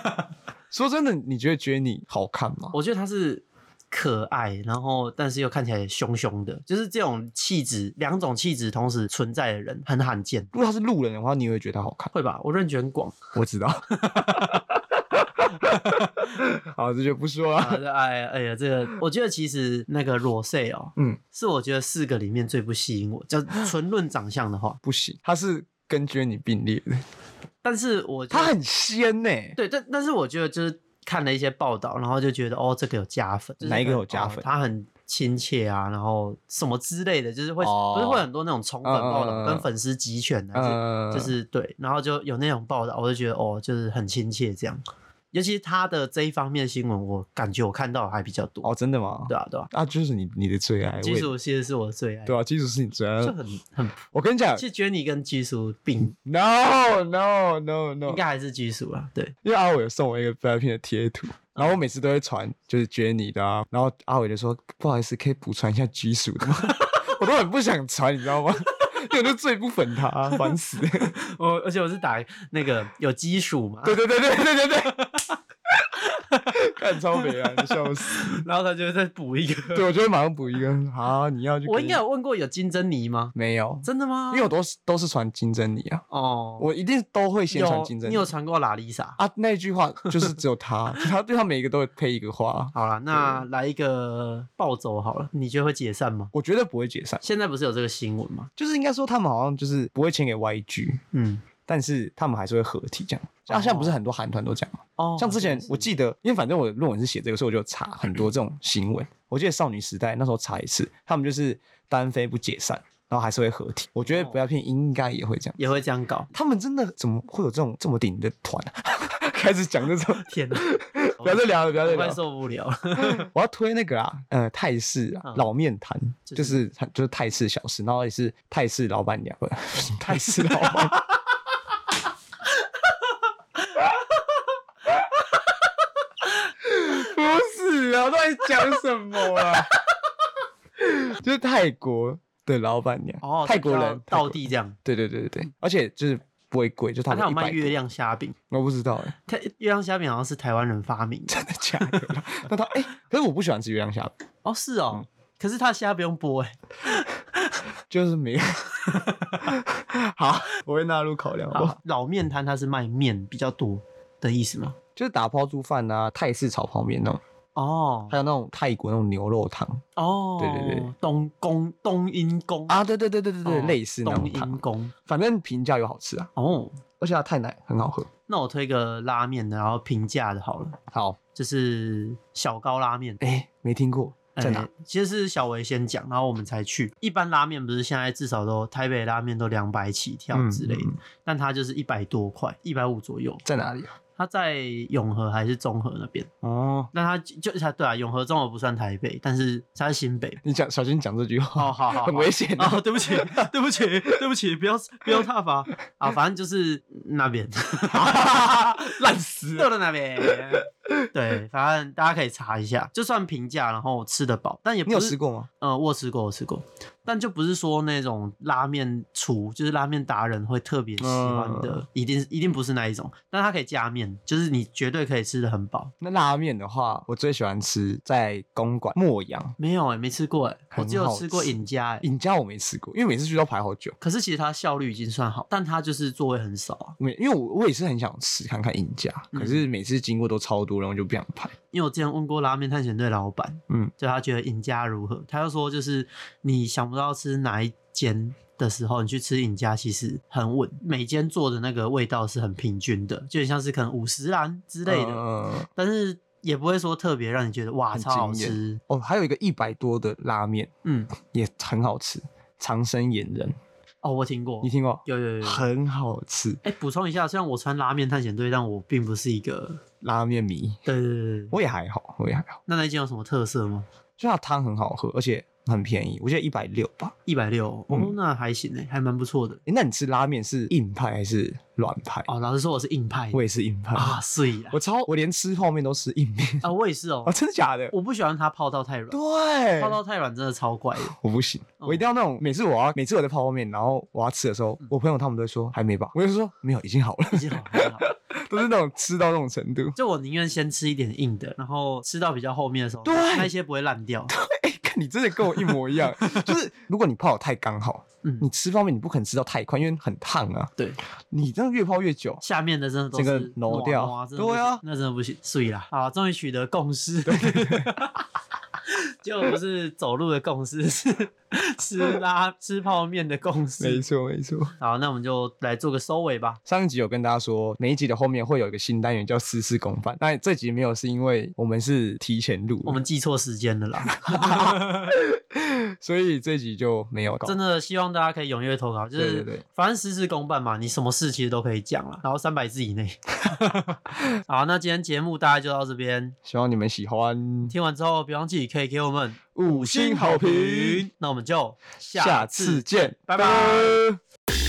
Speaker 2: 说真的，你觉得 Jenny 好看吗？
Speaker 1: 我觉得他是可爱，然后但是又看起来凶凶的，就是这种气质，两种气质同时存在的人很罕见，
Speaker 2: 如果她是路人的话，你也会觉得她好看。
Speaker 1: 会吧？我认觉很广，
Speaker 2: 我知道。 好，这就不说了。
Speaker 1: 啊哎哎呀，这个我觉得其实那个裸 C 哦，
Speaker 2: 嗯，啊
Speaker 1: 是我觉得四个里面最不吸引我，就纯论长相的话，
Speaker 2: 不行，她是跟 Jenny 并列的，
Speaker 1: 但是我觉得
Speaker 2: 她很仙呢、
Speaker 1: 对，但但是我觉得就是看了一些报道，然后就觉得哦，这个有加分，就是
Speaker 2: 哪一个
Speaker 1: 可能
Speaker 2: 有加
Speaker 1: 哦
Speaker 2: 分
Speaker 1: 他很亲切啊，然后什么之类的，就是会、
Speaker 2: 哦
Speaker 1: 不是会很多那种宠粉报道、
Speaker 2: 嗯嗯嗯嗯
Speaker 1: 跟粉丝集权的、还是
Speaker 2: 呃，
Speaker 1: 啊就是对，然后就有那种报道，我就觉得哦，就是很亲切这样。尤其是他的这一方面的新闻，我感觉我看到的还比较多。
Speaker 2: 哦，真的吗？
Speaker 1: 对啊，对啊，
Speaker 2: 啊，就是你你的最爱，
Speaker 1: 基
Speaker 2: 我
Speaker 1: 叔其实是我的最爱。
Speaker 2: 也对啊，呃基础是你最爱
Speaker 1: 就。很很，
Speaker 2: 我跟你讲
Speaker 1: 其实 Jenny 跟基叔并
Speaker 2: ，no no no
Speaker 1: 应
Speaker 2: no，
Speaker 1: 该还是基叔啊，对。
Speaker 2: 因为阿伟有送我一个 Blackpink 的贴图，然后我每次都会传就是 Jenny 的啊，然后阿伟就说不好意思，可以补传一下 G 属的吗？ 我都很不想传，你知道吗？ 因为我就最不粉他、啊烦死。
Speaker 1: 我而且我是打那个有基数嘛，
Speaker 2: 对对对对对对对，看超美啊，笑死！
Speaker 1: 然后他就会再补一个。
Speaker 2: 对，我就会马上补一个，好，你要去给 你？
Speaker 1: 我应该有问过有金珍妮吗？
Speaker 2: 没有，
Speaker 1: 真的吗？
Speaker 2: 因为我都是都是传金珍妮啊，
Speaker 1: 哦，
Speaker 2: 我一定都会先传
Speaker 1: 有
Speaker 2: 金珍
Speaker 1: 你
Speaker 2: 妮。
Speaker 1: 有传过拉丽莎？
Speaker 2: 啊？那一句话就是只有他， 就他对他每一个都会配一个话。
Speaker 1: 好了，那来一个暴走好了，你觉得会解散吗？
Speaker 2: 我绝对不会解散，
Speaker 1: 现在不是有这个新闻吗？
Speaker 2: 就是应该说他们好像就是不会签给 YG，
Speaker 1: 嗯，
Speaker 2: 但是他们还是会合体这样。啊，现在不是很多韩团都这样吗？
Speaker 1: 哦，
Speaker 2: 像之前
Speaker 1: 是
Speaker 2: 我记得，因为反正我的论文是写这个，所以我就查很多这种新闻。我记得少女时代那时候查一次，他们就是单飞不解散，然后还是会合体。我觉
Speaker 1: 哦
Speaker 2: 得不要骗，应该也会这样。
Speaker 1: 也会这样搞。
Speaker 2: 他们真的怎么会有这种这么顶的团、啊？ 开始讲这种，
Speaker 1: 天哪，
Speaker 2: 不要再聊了，不要再
Speaker 1: 我
Speaker 2: 聊
Speaker 1: 快
Speaker 2: 了。
Speaker 1: 受不了了。
Speaker 2: 我要推那个啊，呃，泰式啊
Speaker 1: 嗯
Speaker 2: 老面摊，
Speaker 1: 就是
Speaker 2: 就是它就是泰式小吃，然后也是泰式老板娘，不 是泰式老板。不是啊，我到底讲什么啊？就是泰国的老板娘，
Speaker 1: 哦，
Speaker 2: 泰国人
Speaker 1: 就，
Speaker 2: 泰国
Speaker 1: 到，地这样。
Speaker 2: 对对对对对，而且就是不会贵，就他
Speaker 1: 他
Speaker 2: 们
Speaker 1: 有
Speaker 2: 一
Speaker 1: 卖
Speaker 2: 百，
Speaker 1: 月亮虾饼，
Speaker 2: 我不知道哎，
Speaker 1: 他月亮虾饼好像是台湾人发明的。
Speaker 2: 真的假的 啦？那他哎，可是我不喜欢吃月亮虾饼。
Speaker 1: 哦，是哦，可是他的虾不用剥哎。
Speaker 2: 就是没有。 好，我会纳入考量好不好
Speaker 1: 好老面摊它是卖面比较多的意思吗？
Speaker 2: 就是打抛猪饭啊，泰式炒泡面那种，
Speaker 1: 哦
Speaker 2: 还有那种泰国那种牛肉汤
Speaker 1: 哦，
Speaker 2: 对对对，
Speaker 1: 东宫冬阴功，
Speaker 2: 啊，对对对对对对，
Speaker 1: 哦
Speaker 2: 类似那
Speaker 1: 冬
Speaker 2: 种
Speaker 1: 阴
Speaker 2: 汤。
Speaker 1: 功
Speaker 2: 反正平价又好吃啊，
Speaker 1: 哦。
Speaker 2: 而且它太奶很好喝。
Speaker 1: 那我推个拉面的，然后平价的好了，
Speaker 2: 好，
Speaker 1: 就是小高拉面。
Speaker 2: 哎、没听过，在哪？
Speaker 1: 呃其实是小维先讲，然后我们才去。一般拉面不是现在至少都台北拉面都两百起跳之类的，
Speaker 2: 嗯嗯
Speaker 1: 但它就是一百多块，一百五左右。
Speaker 2: 在哪里啊？
Speaker 1: 他在永和还是中和那边？
Speaker 2: 哦，
Speaker 1: 那他就他对啊，永和中和不算台北，但是他是新北。哦
Speaker 2: 你讲小心讲这句话，
Speaker 1: 好好
Speaker 2: 很危险的。
Speaker 1: 啊！对不起，对不起，对不起，不要不要踏伐啊！反正就是那边，
Speaker 2: 烂死
Speaker 1: 到了那边。对，反正大家可以查一下，就算平价，然后吃得饱，但也 不
Speaker 2: 你
Speaker 1: 是
Speaker 2: 有吃过吗？
Speaker 1: 呃，我吃过，我吃过，但就不是说那种拉面厨，就是拉面达人会特别喜欢
Speaker 2: 嗯
Speaker 1: 的，一定一定不是那一种。但它可以加面，就是你绝对可以吃的很饱。
Speaker 2: 那拉面的话，我最喜欢吃在公馆莫阳
Speaker 1: 没有哎、没吃过哎、我
Speaker 2: 很
Speaker 1: 只有
Speaker 2: 好
Speaker 1: 吃过
Speaker 2: 吃
Speaker 1: 尹家哎、
Speaker 2: 尹家，我没吃过，因为每次去都排好久。
Speaker 1: 可是其实它效率已经算好，但它就是座位很少啊。
Speaker 2: 没，因为我我也是很想吃看看尹家，可是每次经过都超多，然后就不想排。
Speaker 1: 因为我之前问过拉面探险队老板，
Speaker 2: 嗯，
Speaker 1: 就他觉得尹家如何，他就说就是你想不到吃哪一间的时候，你去吃尹家其实很稳，每间做的那个味道是很平均的，就很像是可能五十兰之类的，
Speaker 2: 嗯
Speaker 1: 但是也不会说特别让你觉得哇
Speaker 2: 很
Speaker 1: 超好
Speaker 2: 惊艳
Speaker 1: 吃，
Speaker 2: 哦，还有一个一百多的拉面
Speaker 1: 嗯，
Speaker 2: 也很好吃，长生眼人，
Speaker 1: 哦我听过
Speaker 2: 你，听过？
Speaker 1: 有有有有。
Speaker 2: 很好吃，
Speaker 1: 哎，补充一下，虽然我穿拉面探险队，但我并不是一个。
Speaker 2: 拉面迷
Speaker 1: 对对对对对，
Speaker 2: 我也还好，我也还好，
Speaker 1: 那那一间有什么特色吗？
Speaker 2: 就它的汤很好喝，而且很便宜，我记得一百六吧。
Speaker 1: 一百六，哦
Speaker 2: 嗯，
Speaker 1: 那还行诶，还蛮不错的。
Speaker 2: 诶那你吃拉面是硬派还是软派？
Speaker 1: 哦，老实说我是硬派的
Speaker 2: 我也是硬派，
Speaker 1: 啊，所以啊
Speaker 2: 我，超我连吃泡面都吃硬面
Speaker 1: 啊，我也是哦
Speaker 2: 哦，，真的假的？
Speaker 1: 我不喜欢它泡到太软，
Speaker 2: 对，
Speaker 1: 泡到太软真的超怪的。
Speaker 2: 我不行，
Speaker 1: 哦
Speaker 2: 我一定要那种每次我要每次我在泡泡面，然后我要吃的
Speaker 1: 嗯
Speaker 2: 时候，我朋友他们都会说还没吧，我就说没有，已经好了，
Speaker 1: 已经好很好，
Speaker 2: 都是那种吃到那种程度。
Speaker 1: 就我宁愿先吃一点硬的，然后吃到比较后面的时候，
Speaker 2: 对
Speaker 1: 那一些不会烂掉。
Speaker 2: 哎、看你真的跟我一模一样，就是如果你泡的太刚好，你
Speaker 1: 嗯，
Speaker 2: 吃泡面你不可能吃到太快，因为很烫啊。
Speaker 1: 对，
Speaker 2: 你这样越泡越久，
Speaker 1: 下面的真的都是
Speaker 2: 整个挪掉
Speaker 1: 哇哇真的不
Speaker 2: 对啊
Speaker 1: 行那真的不行，碎 啦。好，终于取得共识， 就不是走路的共识，是吃拉吃泡面的共
Speaker 2: 没
Speaker 1: 识。
Speaker 2: 错没错。
Speaker 1: 好，那我们就来做个收尾吧。
Speaker 2: 上一集有跟大家说，每一集的后面会有一个新单元叫“私事公办”，但这集没有，是因为我们是提前录，
Speaker 1: 我们记错时间了啦，
Speaker 2: 所以这集就没 有搞。
Speaker 1: 真的希望大家可以踊跃投稿，就
Speaker 2: 对对
Speaker 1: 是
Speaker 2: 对嗯
Speaker 1: 反正实事公办嘛，你什么事其实都可以讲了，然后三百字以内。 好，那今天节目大概就到这边，
Speaker 2: 希望你们喜欢，
Speaker 1: 听完之后别忘记可以给我们
Speaker 2: 五星好评，
Speaker 1: 那我们就
Speaker 2: 下次见，
Speaker 1: 拜拜